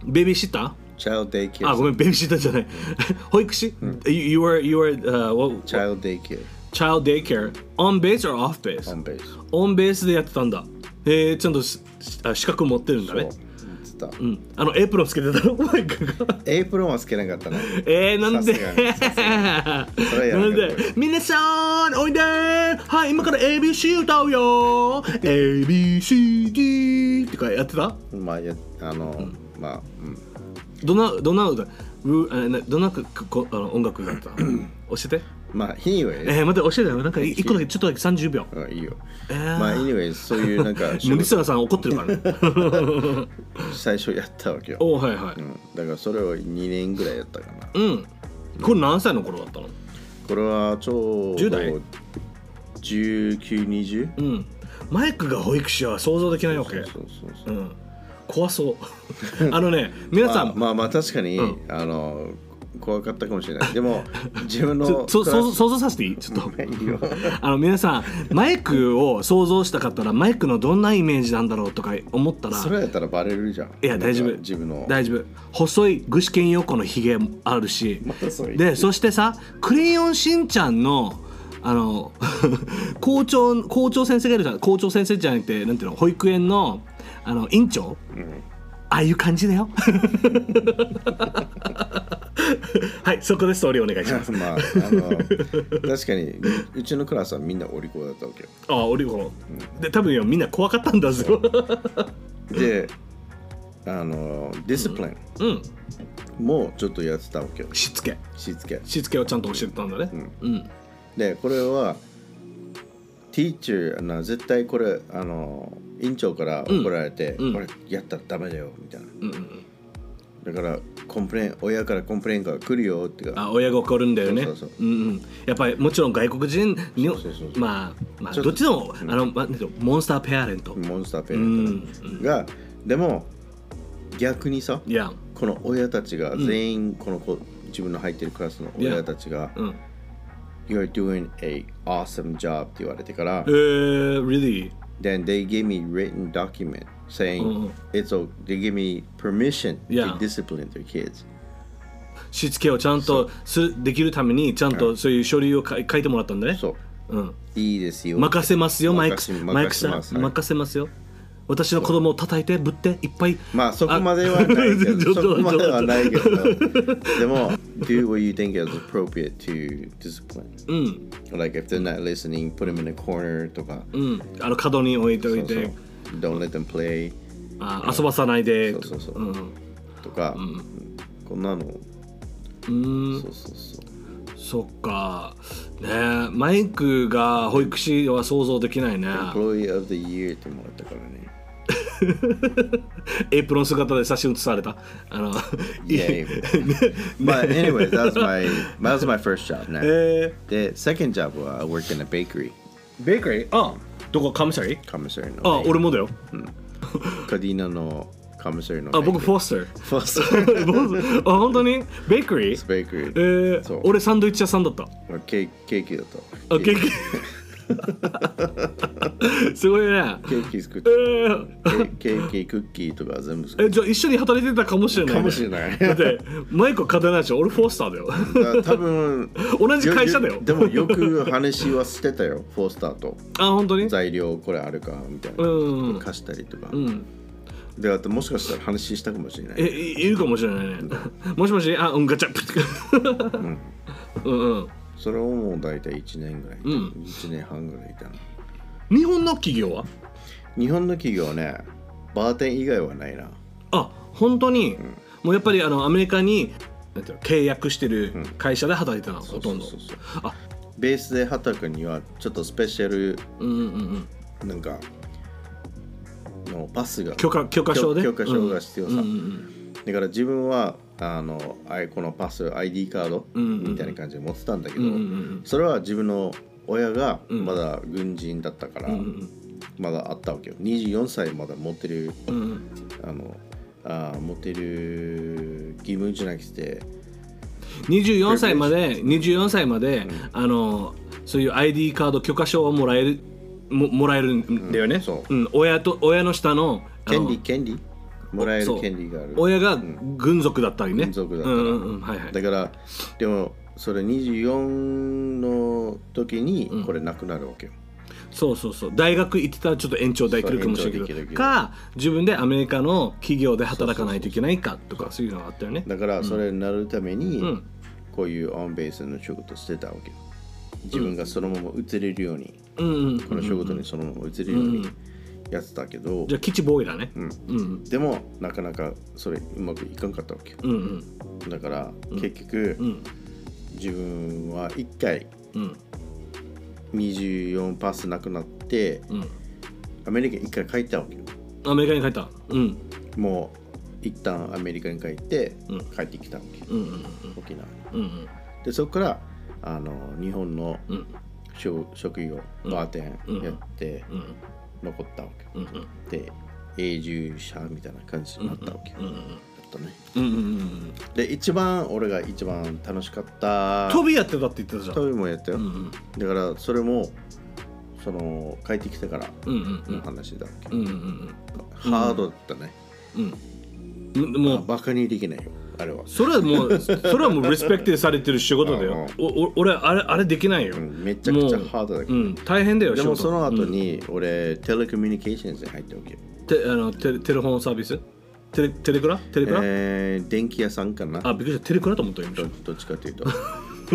A: ベビーシッタ
B: チャイルドデイケ
A: ー
B: ア
A: あごめんベビーシッターじゃない保育士、you, you were you were、uh, what-
B: チャイルドデイケ
A: child daycare on base or off base
B: アオンベース
A: on base でやってたんだえー、ちゃんとしあ資格持ってるんだね
B: そう言ってた
A: うんあのエプロンつけてたの マイクが
B: エプロンはつけなかったね
A: えー、なんで
B: さすがにさすそれはやら
A: な
B: なんかった
A: で皆さんおいではい今から ABC 歌うよ ABCD とかやってた
B: まあやあの、まあ、うん、
A: どんなどんな歌うあなどんなくくこあの音楽だ った教えて
B: まあ anyway
A: えー、待って教えてよなんかい一個だけちょっとだけ30秒
B: あいいよ
A: えー、
B: まあ anyway そういうな んか仕
A: リス
B: 事
A: ナーさん怒ってるから ね
B: 最初やったわけよ、
A: おおはいはい、
B: うん、だからそれを2年ぐらいやったかな
A: うん。これ何歳の頃だったの
B: これはちょう
A: 10
B: ど
A: 代
B: 1920
A: うん。マイクが保育士は想像できないわけ。。
B: そううそうそうん
A: 怖そう。 あのね、皆さ
B: まあ
A: ん、
B: まあまあ確かに、
A: う
B: あの怖かったかもしれないでも自分
A: ちょ
B: の
A: そ
B: クラ
A: そ
B: ス
A: 想像させていいちょっと。
B: いいよ
A: あの皆さんマイクを想像したかったらマイクのどんなイメージなんだろうとか思ったら
B: それやったらバレるじゃん
A: いや大丈
B: なん
A: 夫
B: か自分の
A: 大丈夫細い具志堅用子のひげあるし、
B: またそういう
A: でそしてさ「クレヨンしんちゃんの」 あの校長校長先生がいるじゃん校長先生じゃなくてなんていうの保育園のあの院長、ああいう感じだよ はいそこでストーリーお願いします
B: まああの確かにうちのクラスはみんなお利口だったわけよ
A: ああ俺こうで多分よみんな怖かったんだぞ
B: であのディスプリン
A: うん
B: もちょっとやってたわけよ
A: しつけ
B: しつけ
A: しつけをちゃんと教えてたんだねうん
B: でこれはティーチャーな絶対これあの院長から怒られて、
A: うん
B: これやったらダメだよみたいな
A: うんうん
B: だからコンプレイン親からコンプレインが来るよってか
A: あ親が怒るんだよね
B: そうそうそ
A: うんうん、やっぱりもちろん外国人に
B: そうそうそうそう
A: まあ、まあ、
B: ちょっ
A: ど
B: と
A: っちでも、あのまあなんていうのモンスターペアレント、
B: モンスターペアレント
A: うんうん
B: が、でも逆にさ
A: いや
B: この親たちが全員この子、自分の入ってるクラスの親たちが
A: うん
B: 「You're doing a awesome job」って言われてから
A: えー、really
B: Then they gave me written document saying
A: Mhm.
B: it's o they gave me permission
A: Yeah.
B: to discipline their kids.
A: しつけをちゃんとすできるためにちゃんとそういう書類をか書いてもらったんだね、
B: そう
A: ん、
B: ういいですよ。
A: 任せますよマイク
B: 任せ
A: マイクさん
B: 任せますはい
A: 任せますよ私の子供を叩いてぶっていっぱい
B: まあそこまではないけ
A: ちょ
B: ど、
A: っと
B: そこまではないけど、でも do what you think is appropriate to discipline.
A: うん、
B: Like if they're not listening, put them in a corner とか。
A: うん、あの角に置いておいて
B: そうそう Don't let them play
A: あ遊ばさないで
B: そうそうそう
A: うん
B: とか、こんなの。
A: うん
B: そうそうそう。
A: そっかねえマイクが保育士は想像できないね
B: Employee of the Year ってもらったから ね。
A: エプロン姿で写真写されたあの
B: Yay. but anyway, that's my that was my first job. Now.
A: え
B: The second job was I worked in a
A: ー、
B: bakery,
A: ベーカリーあどこカムシャリー
B: commissary の。
A: あ俺もだよ
B: カディナの commissary の。
A: あ 僕フォ
B: ォ
A: ース
B: フォ
A: タ
B: ー
A: ー 僕あ本当にベーカリ
B: ス。
A: ー
B: ベーカリ
A: え
B: ー。そう
A: ー、俺サンドイッチ屋さんだった
B: ケーキケーキだと。
A: あケーキ すごいね
B: ケーキ作っ
A: え
B: て。
A: ー
B: ケーキケーキクッキーとか全部作っ
A: えじゃあ一緒に働いてたかもしれない、ね、
B: て。かもしれ ない。
A: だってマイクは勝てないでしょ俺フォースターだよ
B: だ多 分
A: 同じ会社だよ
B: よでもよく話はしてたよ。フォースターと
A: あ本当に
B: 材料これあるかみたいな。
A: うん
B: 貸したりとか。
A: うん
B: であともしかしたら話したかもしれない。
A: えいいるかもしれないね もしもしあうんガチャプッてうんうん
B: それをもう大体1年ぐらい、一
A: ん
B: 1年半ぐらいいたの
A: 日本の企業は
B: 日本の企業ねバーテン以外はないな
A: あ本当に、もうやっぱりあのアメリカになんていうの契約してる会社で働いてたの、ほとんど
B: そうそうそう
A: あ
B: ベースで畑くんにはちょっとスペシャル
A: うんうんうん
B: なんかのパスが
A: 許可許可証で
B: 許許可証が必要さ、
A: うんうん
B: だから自分はあのあいこのパス ID カード
A: うんうんうん
B: みたいな感じで持ってたんだけ
A: う
B: ど、
A: んうんうん
B: それは自分の親が
A: ん
B: まだ軍人だったから、
A: うんうん
B: まだあったわけよ24歳まだ持ってる
A: うんうんうん
B: あのあー持てる義務じゃなくて
A: 24歳まで24歳まで、あのそういう ID カード許可証をもらえるももらえるんだよね、
B: うんそう
A: うん、親と親の下のあの
B: 権利権利もらえ
A: そ
B: る
A: う
B: 権利がある
A: 親が軍属だったりね、
B: 軍属だったら
A: うんうんうんはいはい
B: だからでもそれ24の時
A: う
B: に
A: ん
B: これなくなるわけよ、
A: そうそうそう大学行ってたらちょっと延長できるかもしれ
B: そう延
A: な
B: 長
A: い
B: で
A: け
B: き
A: ど
B: る
A: か自分でアメリカの企業で働かないといけないかとかそういうのがあったよね
B: だからそれになるために、
A: うん
B: こういうオンベースの仕事してたわけよ自分がそのまま移れるように、
A: うんうん
B: この仕事にそのまま移れるようにやってたけど、
A: じゃあ基地ボーイだね
B: うん
A: うん
B: でもなかなかそれうまくいかんかったわけよ
A: うんうん
B: だから結局、
A: うん
B: 自分は1回
A: うん
B: 24パスなくなって
A: うん
B: アメリカに一回帰ったわけよ
A: アメリカに帰ったうん
B: もう一旦アメリカに帰って
A: うん
B: 帰ってきたわけよ、
A: うんうん
B: 沖縄に
A: うんうん
B: でそこからあの日本の
A: うん
B: 職職業バーテンやって
A: うん
B: 残ったわけ
A: うんう
B: よ、
A: ん
B: で永住者みたいな感じになったわけよ、
A: うんうん
B: だったね
A: うんうんうんうん
B: で一番俺が一番楽しかった
A: 飛びやってたって言ってたじゃん
B: 飛びもやったよ、
A: うんうん
B: だからそれもその帰ってきてから
A: うんうんうん
B: の話だわ
A: う
B: け、
A: んうんうん
B: ハードだったね、
A: うんもう
B: バカにできないよあれは
A: それはもうそれはもうリスペクトされてる仕事だよおお俺あれあれできないよ、
B: う
A: うん
B: んめちゃくちゃハードだけど、
A: 大変だよ
B: でも
A: 仕事
B: その後に俺、テレコミュニケーションズに入ったわけよ
A: てあのテレテレフォンサービステレテレクラテレクラ、
B: えー、電気屋さんかな
A: あびっくりしたテレクラと思ったよ今
B: どどっちかという と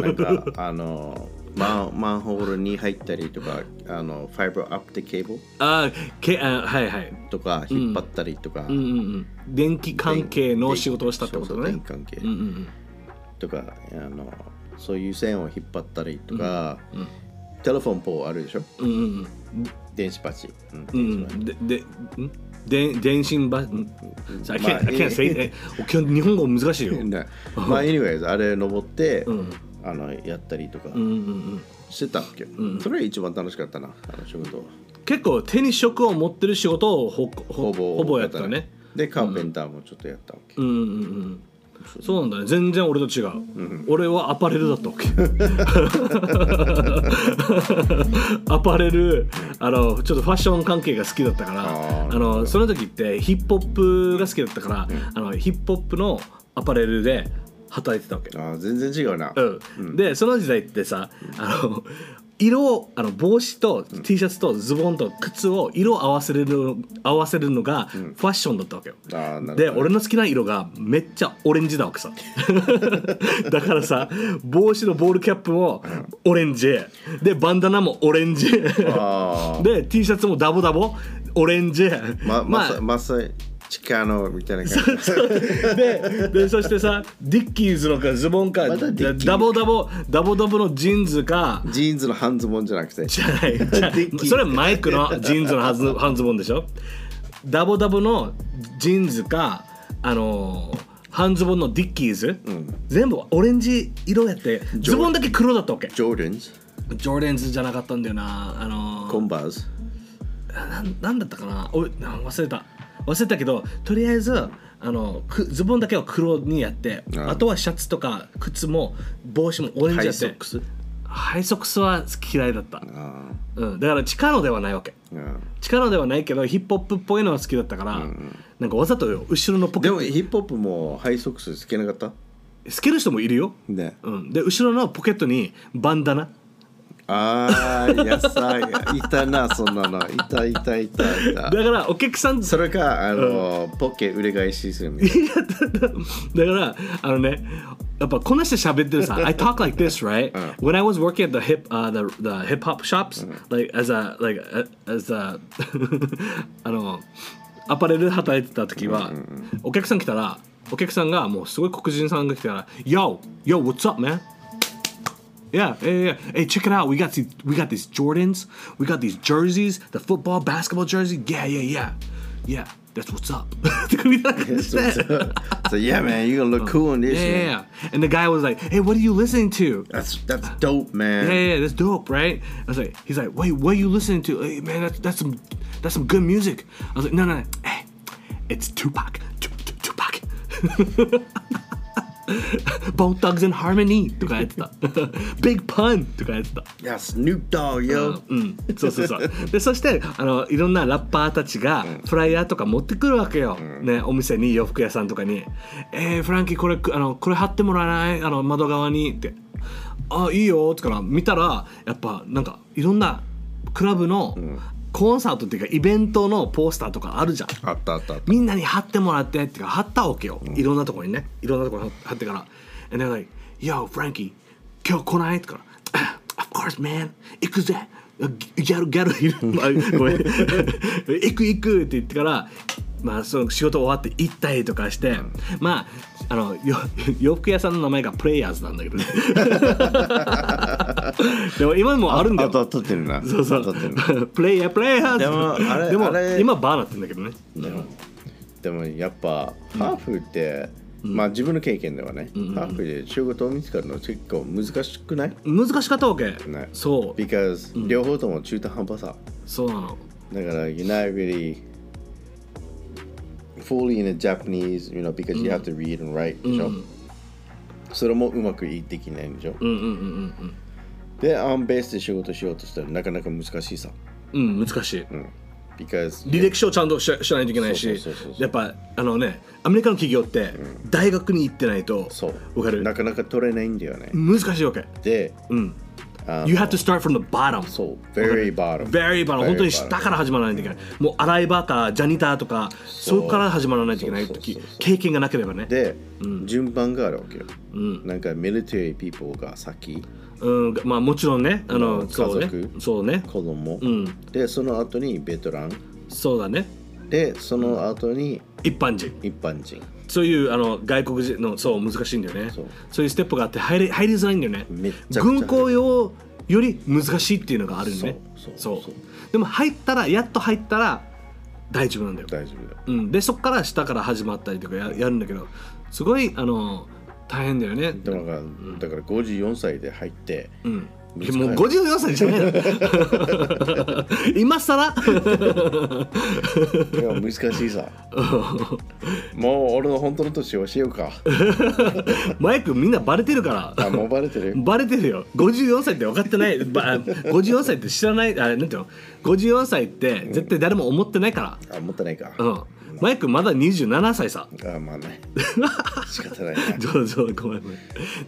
B: なんかあのマンマンホールに入ったりとかあのファイブアップテケーブル
A: あけあはいはい
B: とか引っ張ったりとか、
A: うんうんうん電気関係の仕事をしたってことだ
B: そうそう電
A: ね
B: 気関係
A: うんうん
B: とか、あのそういう線を引っ張ったりとか、
A: うんうん
B: テレフォンポールあるでしょ
A: うんうん
B: 電子パチ、
A: うん
B: うん
A: うんででんで電信バんさあ I
B: まあ
A: can't, I can't say it. え基本日本語難しいようん
B: ねまあ anyways あれ登って、
A: ん
B: あのやったりとか
A: うんうん
B: してたっけ、それが一番楽しかったなあの仕事は
A: 結構手に職を持ってる仕事をほほ
B: ほ
A: ぼ
B: ぼ
A: ほぼやったね
B: でカーペンターもちょっとやったわけ、
A: うんうんうんそうなんだね全然俺と違う、俺はアパレルだったわけ アパレルあのちょっとファッション関係が好きだったからあ
B: あー
A: のその時ってヒップホップが好きだったから、あのヒップホップのアパレルで働いてたわけ
B: ああ全然違うな、
A: うん、でその時代ってさあの色をあの帽子と T シャツとズボンと靴を色合わせるの合わせるのがファッションだったわけよ。
B: あーなるほど
A: で俺の好きな色がめっちゃオレンジだわけさ だからさ帽子のボールキャップもオレンジでバンダナもオレンジ
B: ああ
A: で T シャツもダボダボオレンジ
B: ままさまさチカノみたいな感 じ
A: ででそしてさディッキーズのかズボンか
B: またディッキー
A: ダボダボダボダボのジーンズか
B: ジーンズの半ズボンじゃなくて
A: じゃ ないじゃない
B: ディッキーズ
A: それはマイクのジーンズのはず半ズボンでしょダボダボのジーンズかあのー半ズボンのディッキーズ、全部オレンジ色やってズボンだけ黒だったわけ
B: ジョーデンズ
A: ジョーデンズじゃなかったんだよなあのー
B: コンバーズ
A: なんなんだったかなおいな忘れた忘れたけどとりあえずあのくズボンだけは黒にやって
B: あ
A: あ
B: あ
A: とはシャツとか靴も帽子もオレン
B: ハ
A: ジや
B: イ
A: っ
B: ソ
A: て
B: ックス
A: ハイソックスは嫌いだった、
B: あ
A: うん、だから力ではないわけ
B: ーあ
A: 力ではないけどヒップホップっぽいのは好きだったから、なんかわざとよ後ろのポ
B: ー
A: ケ
B: で
A: ット
B: もヒップホップもハイソックスつけなかった
A: 透ける人もいるよ、
B: ね
A: うん、で後ろのポケットにバンダナ
B: ああ野菜いたなそんなのいたいたいたい
A: だ
B: た
A: からお客さん
B: それかあの、ポケ裏返しするみたいな
A: だからあのねやっぱこの人喋ってるさ I talk like this right、when I was working at the hip、uh, the, the hip hop shops、like as a like a- as a あのアパレルで働いてた時は、お客さん来たらお客さんがもうすごい黒人さんが来たら Yo yo what's up man Yeah, yeah, yeah. Hey, check it out. We got these, we got these Jordans. We got these jerseys. The football, basketball jersey. Yeah, yeah, yeah, yeah. That's what's up. とかみたいな感じ
B: so,
A: で
B: so yeah man you're gonna look cool on this
A: Yeah,
B: man.
A: yeah, yeah. And the guy was like, "Hey, what are you listening to?"
B: that's that's dope man
A: Yeah, yeah, yeah, that's dope, right? I was like, he's like, "Wait, what are you listening to?" Hey, man, that's that's some that's some good music. I was like, "No, no, no. Hey, it's Tupac, Tu- Tu- Tupac." Bone Thugs and Harmony とかやってた Big Pun とかやってた
B: Yeah, Snoop Dogg, yo.
A: うん、そうそうそうでそしてあのいろんなラッパーたちがフライヤーとか持ってくるわけよ、ね、お店に洋服屋さんとかに「えー、フランキーこれあのこれ貼ってもらえないあの窓側に」って「あいいよ」とから見たらやっぱなんかいろんなクラブのコンサートっていうかイベントのポスターとかあるじゃん。
B: あったあったあった。
A: みんなに貼ってもらってってか貼ったわけよ、いろんなところにねいろんなところに貼ってから And they're like Yo Frankie 今日来ないとから Of course man 行くぜギャルギャルいるあ ごめん 行く行くって言ってからまあその仕事終わって行ったりとかして、まああのよ洋服屋さんの名前がプレイヤーズなんだけど ねでも今もあるんだよ
B: あとってるな。
A: そうそ
B: 当たってる
A: うプレイヤープレイヤーズ
B: でもあれ
A: でも
B: あれ
A: 今バーなってんだけどね
B: でもやっぱ、ハーフって、まあ自分の経験ではね、ハーフで仕事を見つかるの結構難しくない
A: 難しかったわけ、
B: ね
A: そう
B: ?because、両方とも中途半端さ。
A: そうなの
B: だから、you're not really fully in a Japanese, you know, because you have to read and write でしょ、それもうまくいいできないんでしょ、
A: うんうんうん
B: で、アンベースで仕事しようとしたらなかなか難しいさ。
A: うんうん難しい、
B: because
A: 履歴書をちゃんとししないといけないし
B: そうそうそうそう
A: やっぱあのねアメリカの企業って大学に行ってないと
B: そう
A: わかる
B: なかなか取れないんだよね。
A: 難しいわけ
B: で、
A: うん You have to start from the bottom.
B: So very bottom.
A: very bottom 本当に下
B: bottom.
A: から始まらないといけない。もう洗い場かジャニターとか
B: そう
A: そこから始まらないといけない時
B: そうそうそうそう
A: 経験がなければね。
B: で、順番があるわけよ、
A: ん
B: なんかミリタリーピーポーが先
A: うん、まあもちろんね、あ
B: う
A: の
B: ん
A: そうね
B: 家族、
A: そうね、
B: 子供、
A: うん、
B: でその後にベテラン
A: そうだね。
B: でその後に
A: 一般人
B: 一般人
A: そういうあの外国人のそう難しいんだよね
B: そ
A: そうういうステップがあって入り入りづらいんだよね
B: めっちゃくちゃ
A: 軍港用より難しいっていうのがあるんね
B: そう
A: そ
B: そううそう
A: でも入ったらやっと入ったら大丈夫なんだよ、
B: 大丈夫だよ
A: うん、でそっから下から始まったりとかややるんだけどすごいあの大変だよね
B: でもだから,、だから54歳で入って
A: うん
B: 難しい
A: もう54歳じゃないの 今更
B: いや難しいさもう俺の本当の年教えようか
A: マイクみんなバレてるから
B: あもうバレてる
A: バレてるよ54歳って分かってないばあ54歳って知らないあなんていうの54歳って絶対誰も思ってないか、
B: あ持ってないから
A: うん、マイクまだ27歳さ
B: あま あね仕方ないな
A: 冗談ごめんごめん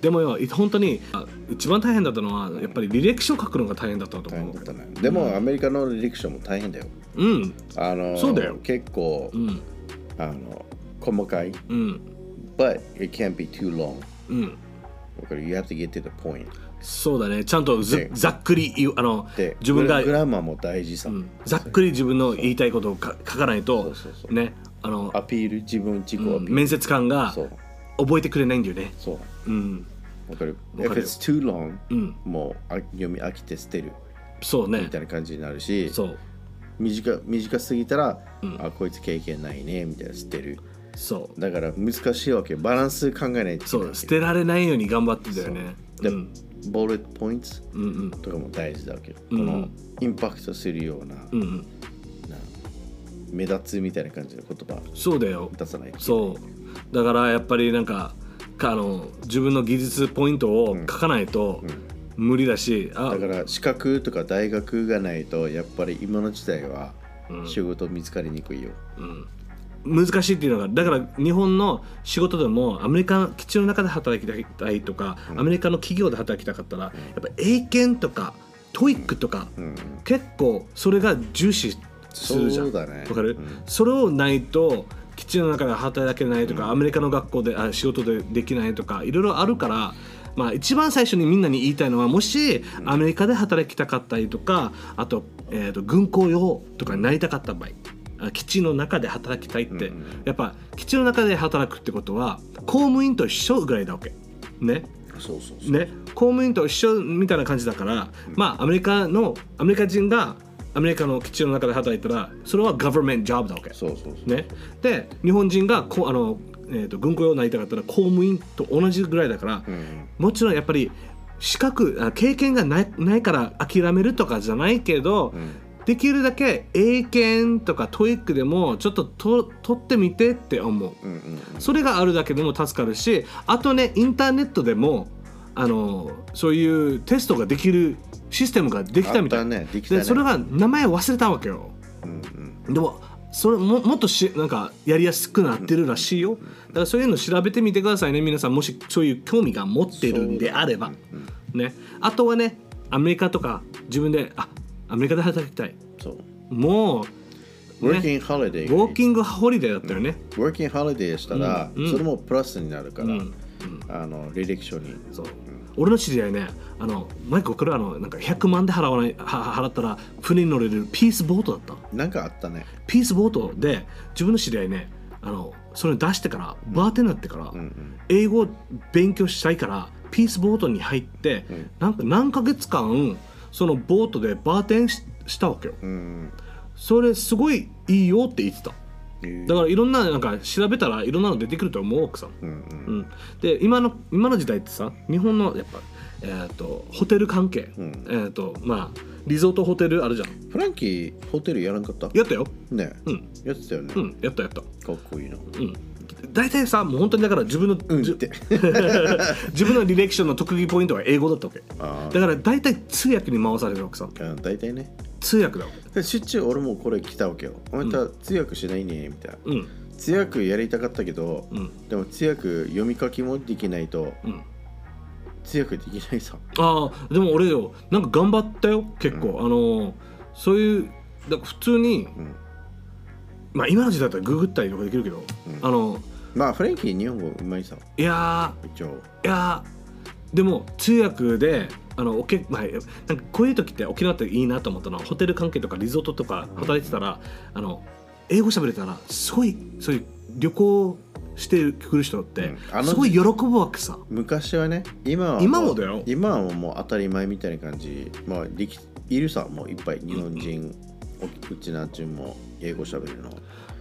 A: でもよ本当にあ一番大変だったのはやっぱり履歴書書くのが大変だったと
B: 大
A: 思
B: 変
A: う
B: だったねでもアメリカの履歴書も大変だよ
A: うん
B: あの
A: そうだよ
B: 結構、
A: うん
B: あの細かい
A: うん
B: but it can't be too long
A: うん
B: だから you have to get to the point
A: そうだねちゃんとざ
B: で
A: ざっくり言うあの
B: で
A: 自分が
B: グラグラマーも大事さ、
A: うんざっくり自分の言いたいことをか書かない
B: そ
A: と
B: うそうそう
A: ねあの、
B: アピール自分自己ア
A: う
B: ピール、
A: ん面接官が
B: そう
A: 覚えてくれないんだよね
B: そう
A: うん
B: わかる
A: わか
B: if
A: るよ
B: it's too long、
A: うん
B: もうあ読み飽きて捨てる
A: そうね
B: みたいな感じになるし
A: そう
B: 短短すぎたら、あこいつ経験ないねみたいな捨てる
A: そう
B: だから難しいわけバランス考えないといけ
A: そ
B: な
A: う
B: い
A: 捨てられないように頑張ってたよね
B: で、
A: うん
B: ボレットポイント
A: うんうん
B: とかも大事だわけ、
A: うん
B: このインパクトするような,、
A: うんうん
B: な目立つみたいな感じの言葉
A: そうだよ
B: 出さないと
A: そうだからやっぱりなんかかあの自分の技術ポイントを書かないと無理だし、あ
B: だから資格とか大学がないとやっぱり今の時代は仕事見つかりにくいよ、
A: 難しいっていうのがだから日本の仕事でもアメリカの基地の中で働きたいとか、アメリカの企業で働きたかったら、やっぱ英検とかトイックとか、結構それが重視するじゃん
B: そうだね
A: わかる、
B: うん
A: それをないと基地の中で働けないとか、アメリカの学校であ仕事でできないとかいろいろあるから、まあ、一番最初にみんなに言いたいのはもしアメリカで働きたかったりとかあと,、えー、と軍港用とかになりたかった場合あ基地の中で働きたいって、やっぱ基地の中で働くってことは公務員と一緒ぐらいだわけ。ね、
B: そうそうそう、
A: ね、公務員と一緒みたいな感じだから、まあアメリカのアメリカ人がアメリカの基地の中で働いたらそれは government job だわけ。
B: そうそうそう、
A: ね、で日本人がこうあの、えー、と軍港用になりたかったら公務員と同じぐらいだから、
B: ん
A: もちろんやっぱり資格あ経験がないないから諦めるとかじゃないけど、できるだけ英検とか TOEIC でもちょっとと取ってみてって思う。
B: うんうん、
A: それがあるだけでも助かるしあとねインターネットでもあのそういうテストができるシステムができたみた
B: あ
A: い
B: ったねできたね
A: でそれが名前忘れたわけよ、でもそれももっとしなんかやりやすくなってるらしいよだからそういうの調べてみてくださいね皆さんもしそういう興味が持ってるんであれば、ね、あとはねアメリカとか自分であアメリカで働きたい
B: そう
A: もう、ね、
B: Working holiday
A: ウォーキングホリデーだったよね、
B: Working holiday したら、それもプラスになるから、
A: ん
B: あの履歴書に
A: そう俺の知り合いねあのマイク送るあのなんか100万で払わないは払ったら船に乗れるピースボートだった
B: なんかあったね
A: ピースボートで自分の知り合いねあのそれを出してからバーテンになってから、英語を勉強したいからピースボートに入って、なんか何ヶ月間そのボートでバーテンししたわけよ、
B: うん
A: それすごいいいよって言ってた
B: へえ
A: だからいろんななんか調べたらいろんなの出てくると思う奥さん、
B: うんうん
A: うん、で今の今の時代ってさ日本のやっぱ、えー、とホテル関係、えーとまあ、リゾートホテルあるじゃん
B: フランキーホテルやらんかった
A: やったよ、
B: ね、
A: うん
B: やってたよね、
A: うん、やったやった、
B: かっこいいな
A: うん、大体さもう本当にだから自分の、
B: うん
A: じ
B: って
A: 自分の履歴書の特技ポイントは英語だったわけ
B: あ
A: だから大体通訳に回されるわけさ
B: あ大体ね
A: 通訳だわけ
B: で出張俺もこれ来たわけよお前た通訳しないねみたいな、
A: うん
B: 通訳やりたかったけど、
A: うん
B: でも通訳読み書きもできないと
A: うん
B: 強くできないさ
A: ああでも俺よなんか頑張ったよ結構、あのーそういうだ普通に、
B: ん
A: まあ今の時代だったらググったりとかできるけど、あの
B: まあフレンキー日本語うまいさ
A: いや
B: 一応
A: ーいやーでも通訳であのおけ、まあ、なんかこういう時って沖縄っていいなと思ったのはホテル関係とかリゾートとか働いてたら、あの英語喋れたらすごいそういう旅行してくる人って、
B: うんあの
A: すごい喜ぶわけさ。
B: 昔はね今はう
A: 今もだよ
B: 今はもう当たり前みたいな感じまあできいるさもういっぱい日本人おうちなっちゅうも英語喋るの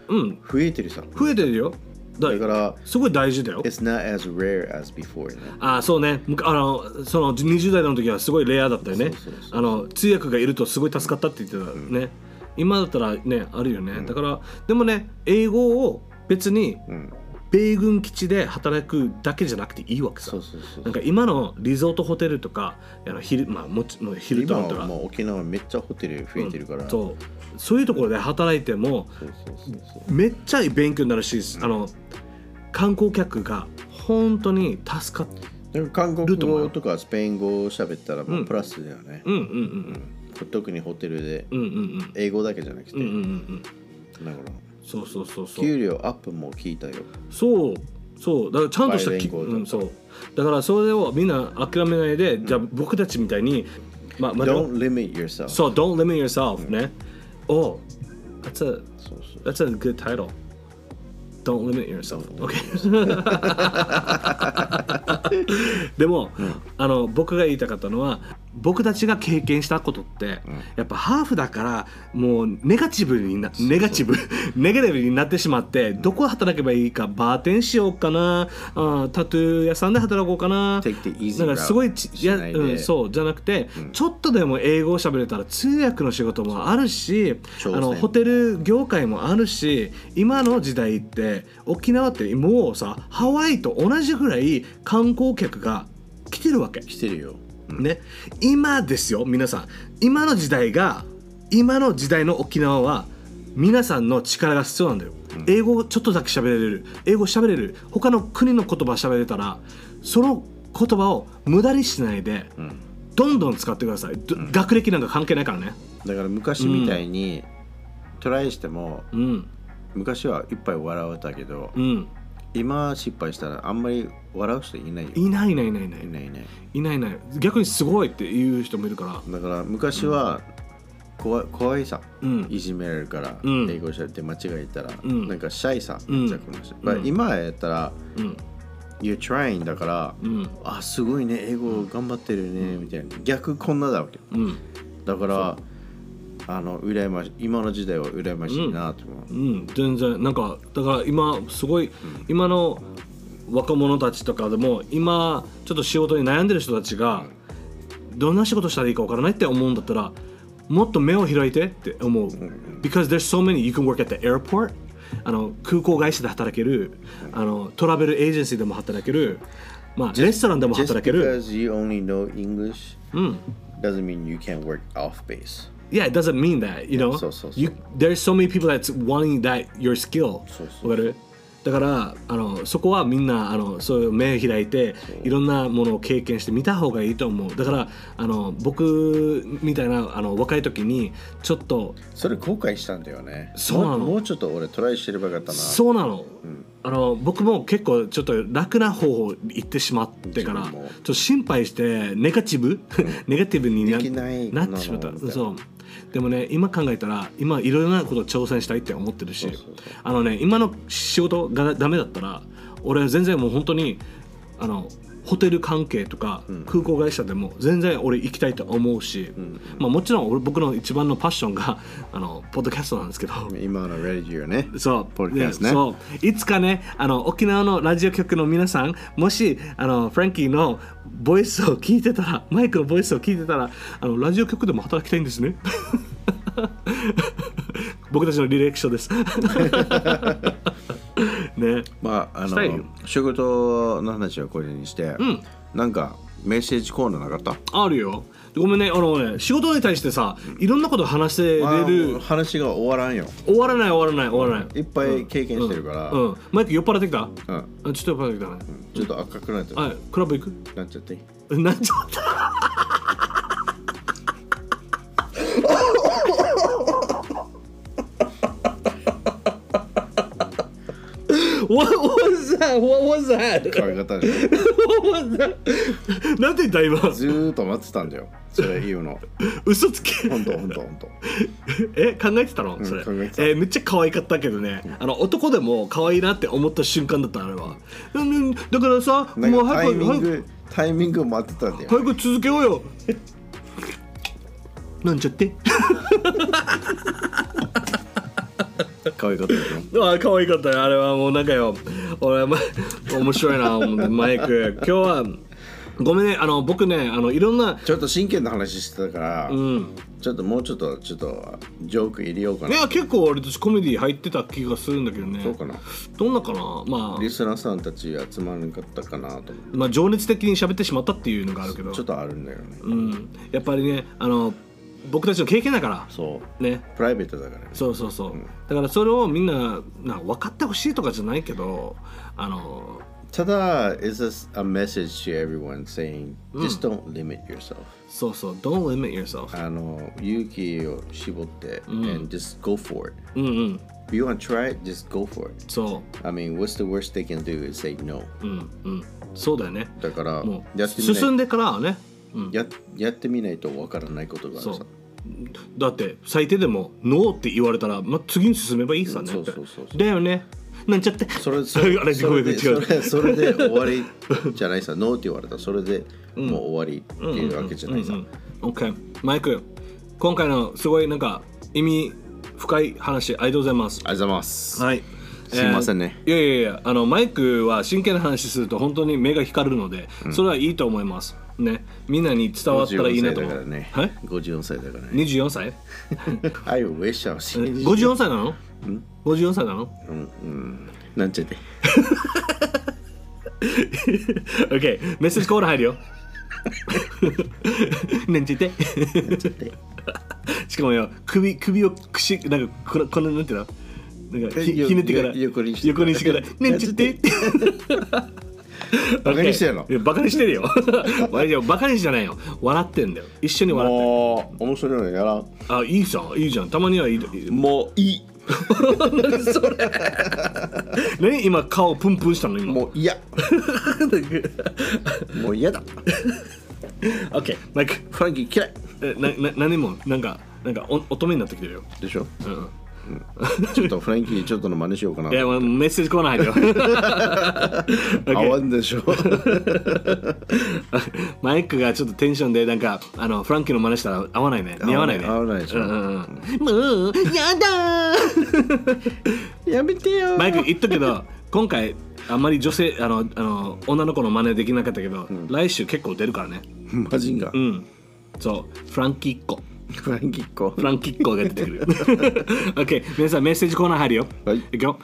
A: うん
B: 増えてるさ
A: 増えてるよだ
B: だから
A: すごい大事だよ
B: It's not as rare as before ね
A: あーそうねむかあのその20代の時はすごいレアだったよね
B: そうそうそう
A: あの通訳がいるとすごい助かったって言ってたね、今だったらねあるよね、だからでもね英語を別に
B: うん
A: 米軍基地で働くだけじゃなくていいわけさ
B: そうそうそう
A: なんか今のリゾートホテルとかあのヒル,、まあ、もちもうヒル
B: 今
A: トンと
B: は
A: か
B: もう沖縄めっちゃホテル増えてるから、そう
A: そうそういうところで働いても
B: そうそうそう
A: めっちゃ勉強になるし、あの観光客が本当に助かって
B: なんか韓
A: ル
B: 国
A: ートもあ
B: 語
A: る
B: とかスペイン語を喋ったらもうプラスだよね、
A: うんうんうん
B: 特にホテルで
A: うんうんうん
B: 英語だけじゃなくて、
A: うんうんうんうん
B: だから
A: そうそうそうそう
B: 給料アップも聞いたよ
A: そうそうだからちゃんとした
B: バイリ
A: き
B: ンガルだ
A: うん、そうだからそれをみんな諦めないで、じゃあ僕たちみたいにまあまあ
B: Don't limit yourself
A: そう don't limit yourself ね、oh that's a
B: そうそう
A: that's a good title don't limit yourself OK でも、あの僕が言いたかったのは僕たちが経験したことって、やっぱハーフだからもうネガティブになネガティブ ネガティブになってしまってどこ働けばいいかバーテンしようかなあータトゥー屋さんで働こうかな
B: Take the easy
A: なんかすごいち
B: route
A: いや、
B: しないで
A: うん、そうじゃなくて、ちょっとでも英語を喋れたら通訳の仕事もあるしあ
B: 挑戦
A: のホテル業界もあるし今の時代って沖縄ってもうさハワイと同じぐらい観光客が来てるわけ。
B: 来てるよ
A: ね、今ですよ皆さん今の時代が今の時代の沖縄は皆さんの力が必要なんだよ、英語をちょっとだけ喋れる英語喋れる他の国の言葉喋れたらその言葉を無駄にしないで、どんどん使ってください、ど学歴なんか関係ないからね
B: だから昔みたいにトライしても
A: うん
B: 昔はいっぱい笑うたけど、
A: うん
B: 今失敗したらあんまり笑う人いないよ
A: いないいないいないいない
B: いないいない
A: いないいない逆にすごいって言う人もいるから
B: だから昔は怖い怖いさ、
A: うん
B: いじめられるから、
A: うん
B: 英語しゃって間違えたら、
A: うん
B: なんかシャイさ
A: うん
B: めっちゃくました、
A: ん
B: まあ今やったら
A: うん
B: 「You're trying」だから、
A: うん
B: あすごいね英語頑張ってるね、みたいな逆こんなだわけ
A: うん
B: だからあの羨まし今の時代は羨ましいなと思う、
A: うん全然なんかだから今すごい、今の若者たちとかでも今ちょっと仕事に悩んでる人たちが、どんな仕事したらいいかわからないって思うんだったらもっと目を開いてって思う、because there's so many you can work at the airport あの空港会社で働けるあのトラベルエージェンシーでも働けるまあレストランでも
B: Just
A: 働ける
B: because you only know English
A: うん
B: doesn't mean you can't work off base
A: Yeah, it doesn't mean that, you know.
B: そうそうそう
A: You, there's so many people that's wanting that your skill.
B: そうそう
A: わかるだからあのそこはみんなあのそういう目を開いていろんなものを経験してみた方がいいと思うだからあの僕みたいなあの若い時にちょっと
B: それ後悔したんだよね
A: そうなの
B: もうもうちょっと俺トライしてればよかったな
A: そうなの,、あの僕も結構ちょっと楽な方法行ってしまってからちょ
B: 自分も
A: っと心配してネガティブ、ネガティブにな
B: できない
A: なってしまった
B: なのみたいな
A: そうでもね今考えたら今いろいろなことを挑戦したいって思ってるし
B: そうそうそう
A: あのね今の仕事がダメだったら俺は全然もう本当にあのホテル関係とか空港会社でも全然俺行きたいと思うし、まあ、もちろん俺僕の一番のパッションがあのポッドキャストなんですけど、
B: 今のレディオね
A: そう、
B: ポッドキャストね
A: そういつかねあの沖縄のラジオ局の皆さんもしあのフランキーのボイスを聞いてたらマイクのボイスを聞いてたらあのラジオ局でも働きたいんですね 僕たちの履歴書です ね
B: まああ
A: したいよ
B: の仕事の話はこれにして、
A: ん
B: なんかメッセージコーナーなかった
A: あるよごめんねあのね仕事に対してさいろんなこと話せれ
B: あーもう
A: る
B: 話が終わらんよ
A: 終わらない終わらない終わらない
B: いっぱい経験してるから、
A: うんマイク酔っ払ってきた
B: うん
A: あちょっと酔っ払ってきたね
B: ちょっと赤くなっちゃっ
A: はいクラブ行
B: たなっちゃって
A: くなんちゃったわ What was that? What was that?
B: 可愛かったでしょ
A: What was that? なんて言った今
B: ずーっと待ってたんだよそれ言うの
A: 嘘つけ
B: 本当本当本当
A: え考えてたの
B: ん
A: それ、
B: 考えてた
A: えーめっちゃ可愛かったけどね、あの男でも可愛いなって思った瞬間だったあれは、うんうんだからさ
B: なん
A: もう
B: かタ
A: 早
B: イ
A: く
B: ミン
A: 早く
B: グタイミングを待ってたんだよ
A: 早く続けよう よなんちゃって
B: 可愛かったでしょ
A: あー可愛かったよあれはもうなんかよ俺、ま、面白いな思ってマイク今日はごめんねあの僕ねあのいろんな
B: ちょっと真剣な話してたから、
A: うん
B: ちょっともうちょっとちょっとジョーク入れようか
A: い
B: な
A: や結構俺たちコメディ入ってた気がするんだけどね
B: そうかな
A: どんなかなまあ
B: リスナーさんたち集まらなかったかなと思って
A: まあ、情熱的に喋ってしまったっていうのがあるけど
B: ちょっとあるんだよね、
A: うん、やっぱりねあの僕たちの経験だか
B: そう
A: らね
B: プライベートだからね
A: そうそうそう、
B: うん
A: だからそれをみんななんか分かってほしいとかじゃないけどあの
B: ただ is this a message to everyone saying just don't limit yourself、
A: そうそう Don't limit yourself
B: あの勇気を絞って、and just go for it
A: うんうん
B: if you want to try it just go for it
A: そ
B: I mean what's the worst they can do is say no
A: ううんうんそうだよね
B: だから
A: もう
B: やってみない
A: 進んでからはね、うん、
B: ややってみないとわからないことがあるさ
A: そうだって最低でも「ノー」って言われたら、まあ、次に進めばいいさね
B: そうそうそうそう
A: だよねなんちゃって
B: それ そ
A: あ
B: れ
A: れ
B: そ
A: ごめ
B: れ
A: んごめ
B: で
A: ん違
B: それ
A: う
B: それで終わりじゃないさノーって言われたらそれでもう終わりっていうわけじゃないさ、
A: オッケーマイク今回のすごいなんか意味深い話ありがとうございます
B: ありがとうございます、
A: はい
B: すいませんね
A: えーいやいやいやあのマイクは真剣な話すると本当に目が光るので、それはいいと思いますねみんなに伝わったらいいなと思
B: 54歳だから
A: う、
B: ね、
A: はい
B: 54歳だからね
A: 24歳
B: I wish I was
A: 54歳なの54歳なの
B: うん、うん、なんちゃって
A: ?OK メッセージコール入るよなんちゃってしかもよ首首をくしなんかこのこのなんていうのなんかひ
B: よ
A: ひねってから
B: よ横にして
A: 横にしてから「ねんちゅって」
B: バカにしてんの
A: いやバカにしてるよいやバカにじゃないよ笑ってんだよ一緒に笑って
B: もう面白いのやらん
A: あいいじゃんいいじゃんたまにはいい
B: もういい
A: 何今顔プンプンしたの今
B: もう嫌 もう嫌だ
A: OK マイク
B: フランキー嫌い
A: えなな何もなんかなんかお乙女になってきてるよ、
B: でしょ
A: うんうん、
B: ちょっとフランキーちょっとの真似しようかない
A: やもうメッセージ来 ないでよ
B: 合
A: OK
B: わんでしょ
A: マイクがちょっとテンションでなんかあのフランキーの真似したら合わないね似合わないね
B: 合わないでしょ
A: うんうんうん、もうやだ ー
B: やめてよ
A: マイク言ったけど今回あんまり女性あのあの女の子の真似できなかったけど、来週結構出るからね
B: マジンガ、
A: うんそうフランキーっ子
B: フランキーっ子
A: フランキーっ子が出てくる OK 皆さんメッセージコーナー入るよ
B: はい
A: いくよ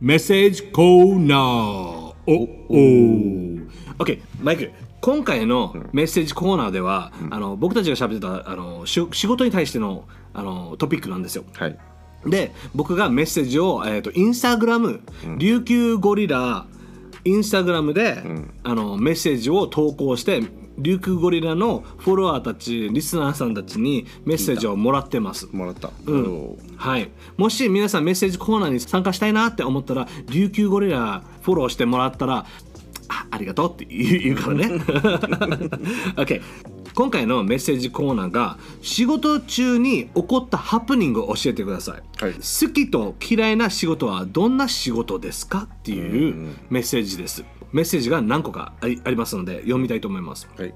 A: メッセージコーナーおお OK マイク今回のメッセージコーナーでは、あの僕たちが喋ってたあのし仕事に対してのあのトピックなんですよ。
B: はい
A: で僕がメッセージを、えー、とインスタグラム、琉球ゴリラインスタグラムで、あのメッセージを投稿して琉球ゴリラのフォロワーたちリスナーさんたちにメッセージをもらってます。
B: もらった、
A: うんはい、もし皆さんメッセージコーナーに参加したいなって思ったら琉球ゴリラフォローしてもらったらあありがとうって言う言うからね。OK 今回のメッセージコーナーが仕事中に起こったハプニングを教えてください、
B: はい
A: 好きと嫌いな仕事はどんな仕事ですかっていうメッセージですメッセージが何個かありありますので読みたいと思います
B: はい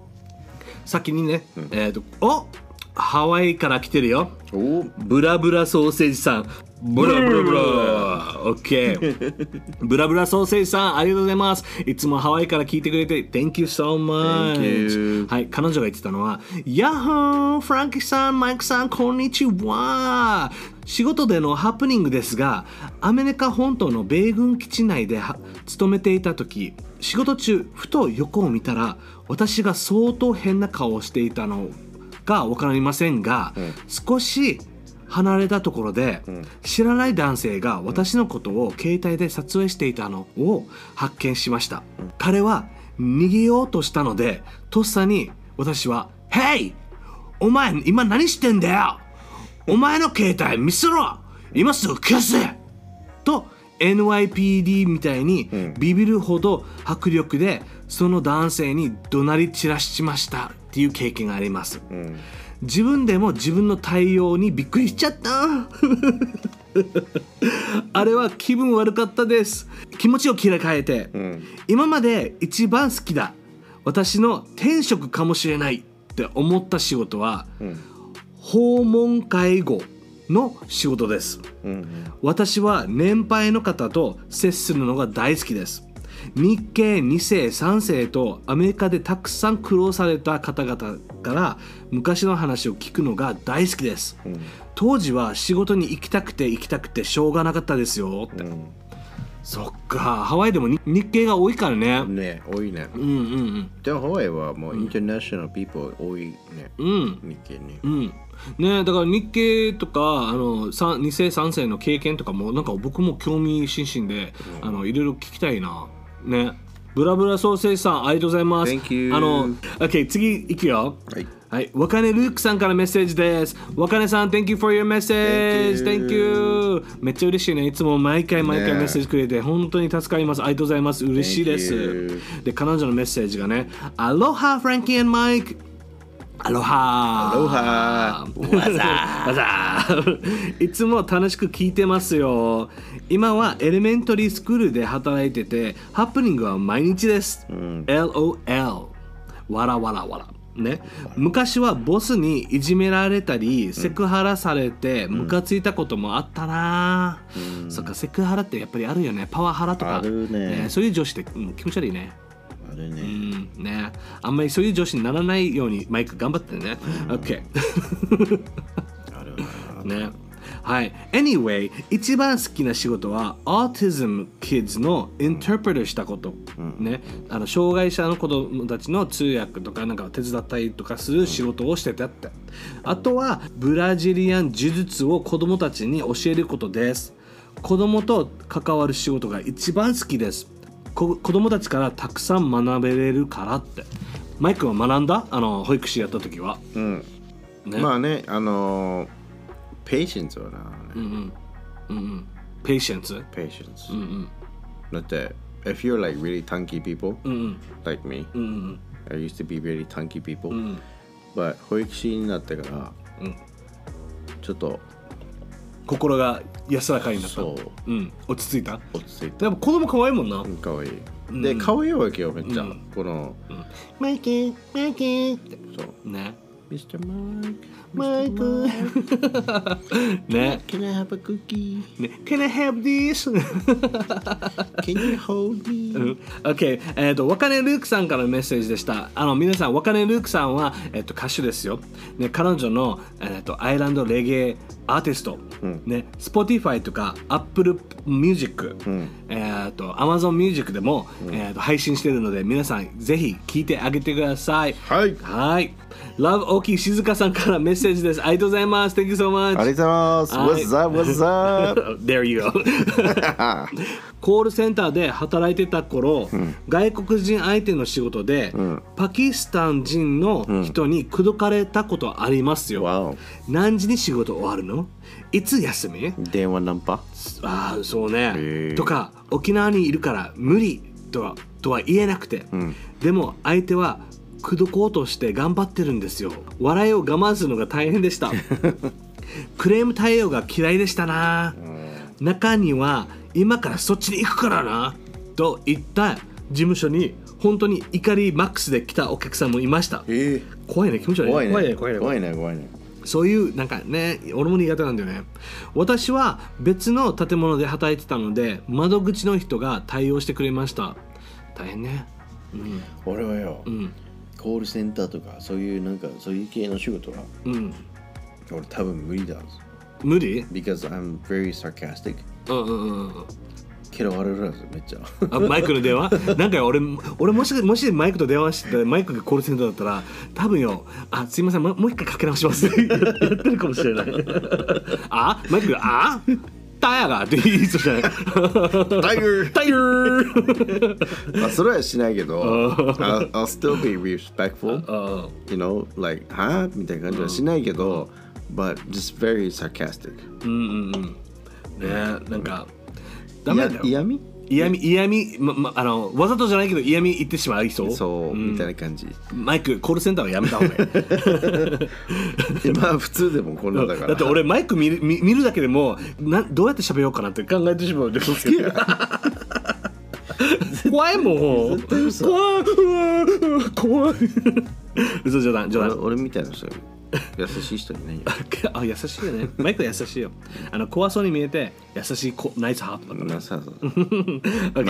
A: 先にね、えっ、と、おハワイから来てるよ
B: Oh,
A: ブラブラソーセージさんブラブラブラオッケーブラブラソーセージさんありがとうございますいつもハワイから聞いてくれて Thank you so much
B: Thank you
A: はい彼女が言ってたのはヤッホーフランキーさんマイクさんこんにちは仕事でのハプニングですがアメリカ本島の米軍基地内では勤めていた時仕事中ふと横を見たら私が相当変な顔をしていたのか分かりませんが、少し離れたところで、知らない男性が私のことを携帯で撮影していたのを発見しました、彼は逃げようとしたのでとっさに私は「Hey! お前今何してんだよお前の携帯見せろ今すぐ消せ!」と NYPD みたいにビビるほど迫力でその男性に怒鳴り散らしましたっていう経験があります、自分でも自分の対応にびっくりしちゃった あれは気分悪かったです気持ちを切り替えて、今まで一番好きだ私の天職かもしれないって思った仕事は、訪問介護の仕事です、私は年配の方と接するのが大好きです日系2世3世とアメリカでたくさん苦労された方々から昔の話を聞くのが大好きです、当時は仕事に行きたくて行きたくてしょうがなかったですよって、そっかハワイでもに日系が多いからね、
B: ね、多いね。
A: うんうん
B: でもハワイはもうインターナショナルピーポー多いね。
A: うんうん
B: 日系に。
A: うんねだから日系とかあのさん二世三世の経験とかもなんか僕も興味津々で、あのいろいろ聞きたいなねブラブラソーセージさんありがとうございます
B: Thank you
A: あの OK 次いくよ
B: はい。
A: はい、わかねルークさんからメッセージです。わかねさん、Thank you for your message! Thank
B: Thank
A: you!
B: you.
A: めっちゃ嬉しいね。いつも毎回毎回
B: ね
A: メッセージくれて、本当に助かります。ありがとうございます。嬉しいで
B: Thank
A: す
B: you.。
A: で、彼女のメッセージがね、アロハ、フランキー and マイクアロハ
B: アロハ
A: わざわざいつも楽しく聞いてますよ今はエレメントリースクールで働いててハプニングは毎日です、LOL わらわらわらね、昔はボスにいじめられたり、セクハラされてムカついたこともあったな、そっかセクハラってやっぱりあるよねパワハラとか
B: あるね
A: そういう女子って、うん気持ち悪いね
B: あれ
A: う
B: ね。
A: んねあんまりそういう女子にならないようにマイク頑張ってね。OK。
B: あるな。
A: ね。はい。Anyway、一番好きな仕事は Autism Kids のインタープレーしたこと。ね。あの、障害者の子供たちの通訳とかなんか手伝ったりとかする仕事をしてたって。あとは、ブラジリアン呪術を子供たちに教えることです。子供と関わる仕事が一番好きです。こ子供たちからたくさん学べれるからって。マイクは学んだあの、保育士やった時は。
B: うん。
A: ね。
B: まあね、あのー、ペーシェンスはな、
A: うんうん。うんうん。ペイシェンス。
B: ペーシェンス
A: う。んうん。
B: だって、if you're like really tanky people,
A: うん
B: like me,
A: うん
B: I used to be really tanky
A: う
B: people,
A: ん
B: but 保育士になってから、
A: うん
B: ちょっと、
A: 心が安らかになった
B: そう、
A: うん、落ち着いた
B: 落ち着いた。
A: でも子供可愛いもんな
B: うんかわいい。
A: う
B: で、
A: ん
B: かわいいわけよ、めっちゃ。
A: うん
B: この、
A: マイケルマイケルって
B: そう。
A: ね
B: Mr. Mike,
A: マイクね
B: can I have a cookie?
A: ね Can I have this?
B: Can you hold
A: う
B: me?
A: ん OK、えっと若音ルークさんからのメッセージでしたあの皆さん若音ルークさんは、えっと歌手ですよ、ね、彼女の、えっとアイランドレゲエアーティスト、ね、Spotify とか Apple Music、えっと Amazon Music でも、えっと配信してるので皆さんぜひ聴いてあげてください
B: はい
A: はいラブオキ静香さんからメッセージですありがとうございます Thank you so much
B: ありがとうございます。What's up? What's up?
A: There you go コールセンターで働いてた頃、外国人相手の仕事で、パキスタン人の人に口説かれたことありますよ、
B: わお
A: 何時に仕事終わるのいつ休み
B: 電話ナンパ
A: ああそうね
B: へえ
A: とか沖縄にいるから無理とはとは言えなくて、でも相手は口説こうとして頑張ってるんですよ笑いを我慢するのが大変でした クレーム対応が嫌いでしたな中には今からそっちに行くからなと言った事務所に本当に怒りマックスで来たお客さんもいました
B: え
A: 怖いね気持ち悪い
B: 怖いね。
A: 怖いね怖いね
B: 怖いね。怖いね。
A: そういうなんかね俺も苦手なんだよね私は別の建物で働いてたので窓口の人が対応してくれました大変ねうん
B: 俺はよ、
A: うん
B: コールセンターとかそういうなんかそういう系の仕事は
A: うん
B: 俺多分無理だ
A: 無理
B: because I'm very sarcastic
A: うんうんうんうん
B: 嫌われるはずめっ ちゃ
A: あマイクの電話なんか俺俺もしもしマイクと電話してたらマイクがコールセンターだったら多分よ「あすいませんもうもう一回かけ直します」やってるかもしれないあマイクが「あタイヤが」って言いそう じゃない
B: タイガー
A: タイヤー
B: まあそれはしない けど I'll, I'll still be respectful
A: あ
B: you know like はみたいな感じはしないけど but just very sarcastic
A: うんうんうんねえなんかダ
B: い
A: メ
B: や
A: だよ
B: 嫌味
A: 嫌味嫌味、まま、あのわざとじゃないけど嫌味言ってしまいそう
B: そう、
A: ん
B: みたいな感じ
A: マイクコールセンターはやめた方がいい
B: まあ普通でもこんなだから
A: って俺マイク見る見見るだけでもなどうやって喋ようかなって考えてしまうんです 怖いもん怖い怖い怖い嘘冗談冗
B: 俺
A: 談
B: 俺みたいな人優しい人いないよ
A: あ優しいよねマイク優しいよあの怖そうに見えて優しいこナイスハートだか
B: なさそう
A: ら
B: ナ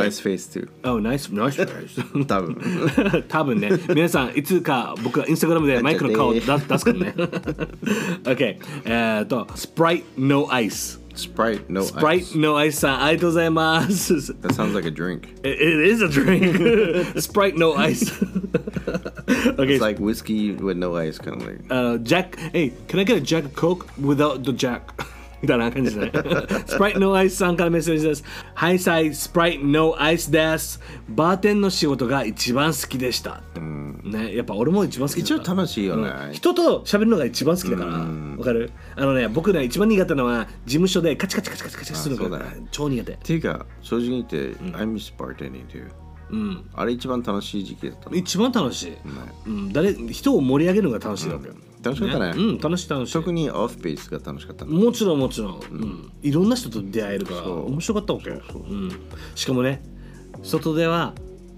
A: OK
B: イスフェイス
A: Oh, nice, nice.
B: 2多分
A: 多分ね、皆さん、いつか僕はインスタグラムでマイクの顔を出出
B: な
A: すから ね。OK、えーっと、Sprite No Ice。
B: Sprite no
A: Sprite No Ice さん、ありがとうございます。
B: That sounds like a drink
A: It, it is a drink. Sprite No Ice. okay,
B: It's like whiskey with no ice kind of like
A: uh, Jack. Hey, can I get a Jack Coke without the Jack? みたいな感 じですね。Sprite No Ice さんからメッセージです。はい、さい、Sprite No Ice です。バーテンの仕事が一番好きでした。ね、やっぱ俺も一番好き
B: 一
A: だ
B: 応
A: った
B: 楽しいよね、
A: うん人と喋るのが一番好きだからわかるあのね僕ね一番苦手なのは事務所でカチカチカチカチカチするの
B: あ
A: が
B: そうだね
A: 超苦手
B: ていうか正直に言って、I miss bartending too、あれ一番楽しい時期だったの、
A: 一番楽しい、うん、誰人を盛り上げるのが楽しいわけよ、
B: 楽しかったね
A: うん楽しい楽しい
B: 特にオフベースが楽しかったの
A: もちろんもちろん、うんいろんな人と出会えるから
B: そう
A: 面白かったわけようん、しかもね外では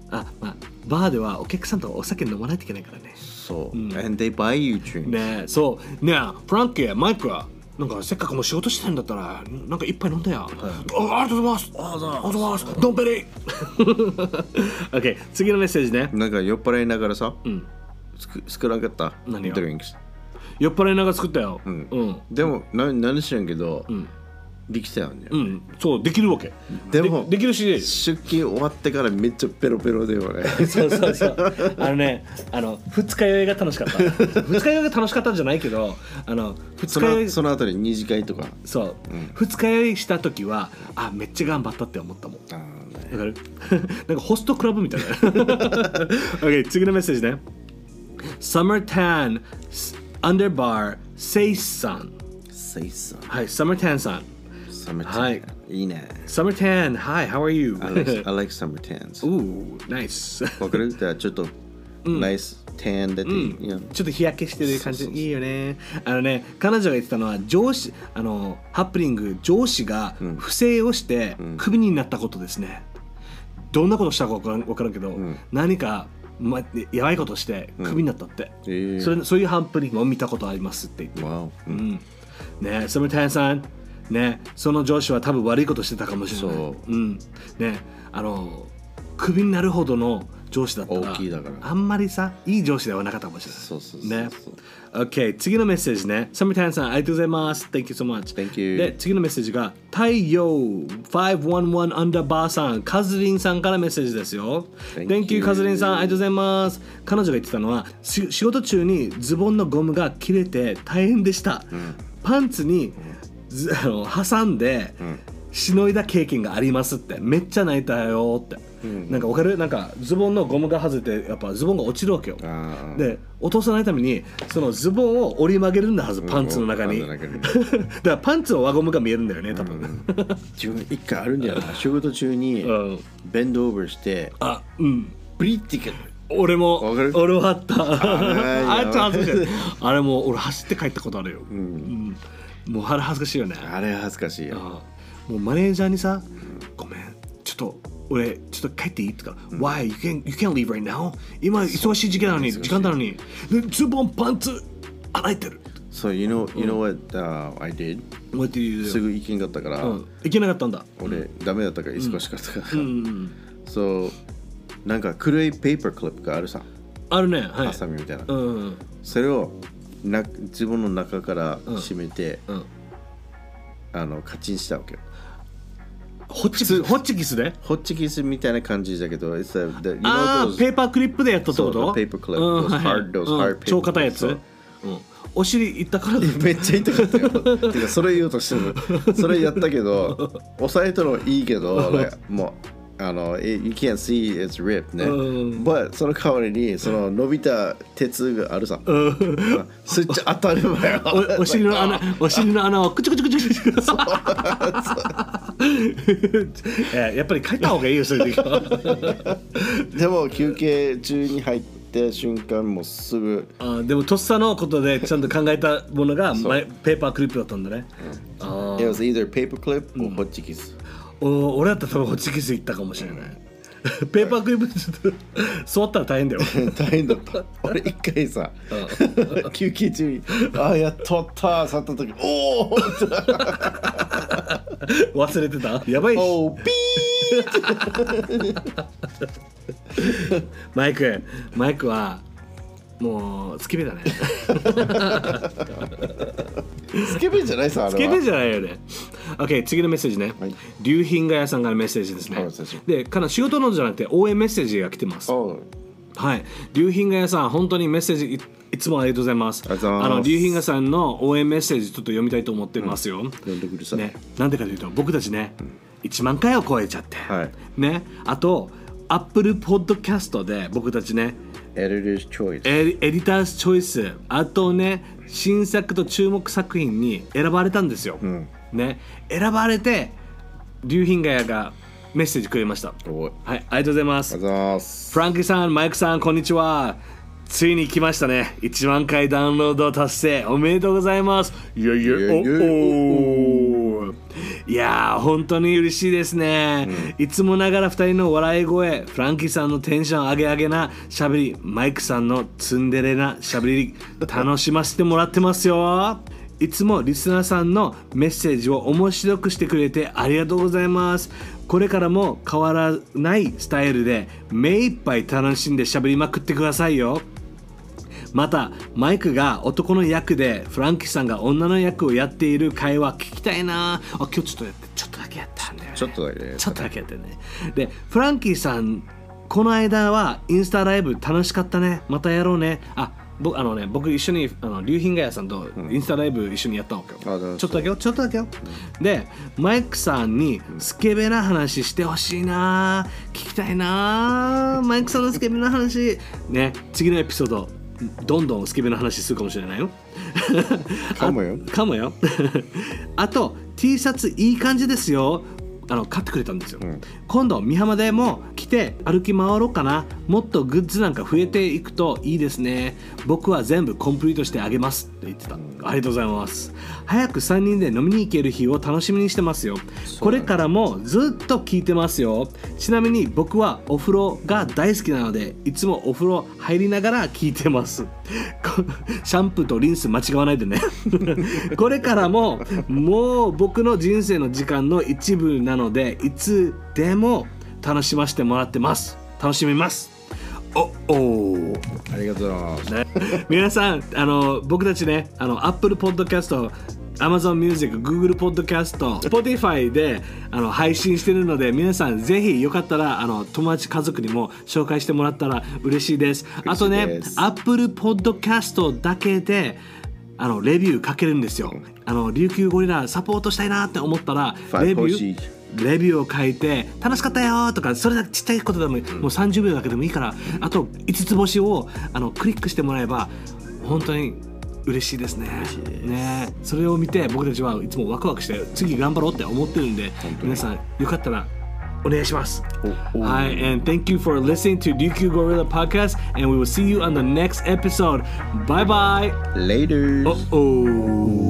A: あまあバーではお客さんとお酒飲まないといけないからね
B: そう、And they buy you drinks、
A: ねえそうねえフランキーマイクはなんかせっかくもう仕事してるんだったらなんか一杯飲んだよ、あありがとうございますありがとうございますドンペリ OK 次のメッセージね
B: なんか酔っ払いながらさ、す少なかった
A: 何が
B: ドリンクス
A: 酔っ払いながら作ったようんうん、
B: でもな何しらんけど、できたよね、
A: そうできるわけ
B: でも
A: でできるし
B: 出勤終わってからめっちゃペロペロだよ ね
A: そうそうそうあのねあの二日酔いが楽しかった 二日酔いが楽しかったんじゃないけどあの二
B: そ
A: 日酔
B: の
A: い
B: その後に二次会とか
A: そう、二日酔いした時はあめっちゃ頑張ったって思ったもん
B: あーね
A: わかるなんかホストクラブ みたいな。OK、次のメッセージね。Summer Tan Underbar Say さん。
B: セイさん
A: はい、Summer Tan さん。
B: summer tan
A: はい
B: いいね
A: Summer Tan, hi, how are you?
B: I like, I like summer tans
A: Ooh, nice.
B: わかるだからちょっと、ナイス tan だって、いや
A: ちょっと日焼けしてる感じいいよねあのね彼女が言ってたのは上司あのハプニング上司が不正をしてクビになったことですね、どんなことしたか分からん分からんけど、何か、ま、やばいことしてクビになったって、
B: ええ
A: それそういうハプニングも見たことありますって言って、
B: Wow
A: うん、ねサムタインさんねその上司は多分悪いことしてたかもしれない
B: そ
A: んねあのクビになるほどの上司だったら
B: 大きいだから
A: あんまりさいい上司ではなかったかもしれない
B: そうそうそうそう
A: ね OK 次のメッセージねサムタインさんありがとうございます Thank you so much
B: Thank you
A: で次のメッセージが太陽511アンダーバーさんカズリンさんからメッセージですよ
B: Thank
A: Thank you
B: you
A: カズリンさんありがとうございます彼女が言ってたのはし仕事中にズボンのゴムが切れて大変でした、パンツに、ずあの挟んで、しのいだ経験がありますってめっちゃ泣いたよって、なんかわかるなんかズボンのゴムが外れてやっぱズボンが落ちるわけよ
B: あー
A: で落とさないためにそのズボンを折り曲げるんだはずパンツの中に、
B: パンツ
A: だ
B: の
A: からパンツの輪ゴムが見えるんだよね多分、
B: 自分一回あるんだよな仕事中に
A: うん
B: ベンドオーバーして
A: あうん
B: ブリッてけど
A: 俺も
B: わかる
A: 俺はあったあちょっと恥ずかしい
B: ーやばい
A: あれもう俺走って帰ったことあるよ、うんもうあれ恥ずかしいよね
B: あれ恥ずかしいよ
A: あもうマネージャーにさ「ごめんちょっと俺ちょっと帰っていい?」とか「Why? You can't, you can't leave right now? 今忙しい時間なのに時間なのにでズボンパンツ洗えてる」
B: So you know you know what uh, I did?
A: もう一回言う
B: す
A: よ
B: ぐ行けんかったから、
A: うん、いけなかったんだ
B: 俺ダメだったから忙しかったから、
A: うんうんうん、
B: そうなんか黒いペーパークリップがあるさ、
A: あるねはい
B: ハサミみたいな、
A: うんうん
B: それをな自分の中から締めて、
A: うん
B: あのカチンしたわけよ
A: ホッチキスホッチキスで
B: ホッチキスみたいな感じだけど it's a, the, you know
A: あ
B: those-
A: あペーパークリップでやったってこ
B: So
A: と
B: the paper clip,
A: うん
B: those
A: はい
B: hard- those
A: うん
B: hard paper
A: 超硬いやつ、
B: clips
A: うん、お尻いったから だ
B: めっちゃ痛かったよ。てかそれ言おうとしてる。それやったけど、抑えたのいいけど、like もう、あの、it- you can't see it's ripped ね。
A: うん
B: But その代わりに、その伸びた鉄があるさ。
A: うん
B: そっち当たるわよ。
A: おお尻の穴お尻の穴をクチュクチュクチュクチュえーやっぱり書いた方がいいよそういう時は
B: でも休憩中に入って瞬間もうすぐ、
A: あーでもとっさのことでちゃんと考えたものが
B: そう
A: マイペーパークリップだったんだね、あー
B: it was either paper clip or ホッチキス。
A: お俺だったら多分ホッチキス行ったかもしれない、ペーパークリップちょっと座ったら大変だよ
B: 大変だった俺一回さ休憩中に「ああやっとった」触った時「お
A: 忘れてたやばいし
B: おおーピ
A: マイクマイクはもうスケベだ ね
B: ースケベじゃないさあれ
A: ス
B: は
A: ケベじゃないよね OK 次のメッセージね、
B: はい
A: 竜品が屋さんからメッセージですね、
B: はいそうそう
A: でかな仕事のじゃなくて応援メッセージが来てます
B: おう
A: はい、竜品が屋さん、本当にメッセージいいつもありがとうございます。
B: ありがとうございます
A: の竜品がさんの応援メッセージちょっと読みたいと思ってますよ。
B: 読んでください
A: ね、なんでかというと、僕たちね、1万回を超えちゃって、
B: はい
A: ね、あと、アップルポッドキャストで僕たちね、
B: エディターズチョイス
A: エリエディターズチョイス、あとね、新作と注目作品に選ばれたんですよ。
B: ん
A: ね、選ばれて、竜品が屋がメッセージくれました。
B: おう
A: はい、ありがとうございます
B: ありがとう。ございます
A: フランキーさん、マイクさん、こんにちは。ついに来ましたね。1万回ダウンロード達成、おめでとうございます。いやいや、お
B: いやいや
A: おいやー、本当に嬉しいですね。いつもながら2人の笑い声、フランキーさんのテンション上げ上げなしゃべり、マイクさんのツンデレなしゃべり、楽しませてもらってますよ。いつもリスナーさんのメッセージを面白くしてくれてありがとうございます。これからも変わらないスタイルで目いっぱい楽しんで喋りまくってくださいよ。またマイクが男の役でフランキーさんが女の役をやっている会話聞きたいなあ今日ちょっとやってちょっとだけやったんだよ、ね、
B: ちょっとだけね
A: ちょっとだけやってねでフランキーさんこの間はインスタライブ楽しかったねまたやろうねあ僕あのね僕一緒にあの竜品が屋さんとインスタライブ一緒にやったの
B: あそうそう
A: ちょっとだけよちょっとだけよ、でマイクさんにスケベな話してほしいな聞きたいなマイクさんのスケベな話ね次のエピソードどんどんスケベな話するかもしれない よ
B: かもよ
A: あかもよ あと T シャツいい感じですよあの買ってくれたんですよ、今度美浜でも来て歩き回ろうかなもっとグッズなんか増えていくといいですね僕は全部コンプリートしてあげますって言ってたありがとうございます早く3人で飲みに行ける日を楽しみにしてますよこれからもずっと聞いてますよちなみに僕はお風呂が大好きなのでいつもお風呂入りながら聞いてますこシャンプーとリンス間違わないでね これからももう僕の人生の時間の一部なのでいつでも楽しませてもらってます楽しみますおおー
B: ありがとうございます
A: ね、皆さんあの僕たちねあの Apple Podcast Amazon Music、Google Podcast、Spotify であの配信してるので、皆さんぜひよかったらあの友達、家族にも紹介してもらったら嬉しいです。あと
B: 嬉しい
A: ね
B: で、す
A: Apple Podcast だけであのレビューかけるんですよ。あの琉球ゴリラサポートしたいなって思ったら、
B: Five
A: レビュ
B: 星
A: ー。レビューを書いて楽しかったよとかそれだけちっちゃいことでも、もう30秒だけでもいいからあと5つ星をあのクリックしてもらえば本当に嬉しいですね
B: しいです
A: ねそれを見て僕たちはいつもワクワクして次頑張ろうって思ってるんで皆さんよかったらお願いします
B: おお
A: Hi, and thank you for listening to DQ Gorilla Podcast, and we will see you on the next episode. Bye bye.
B: Later
A: Uh oh.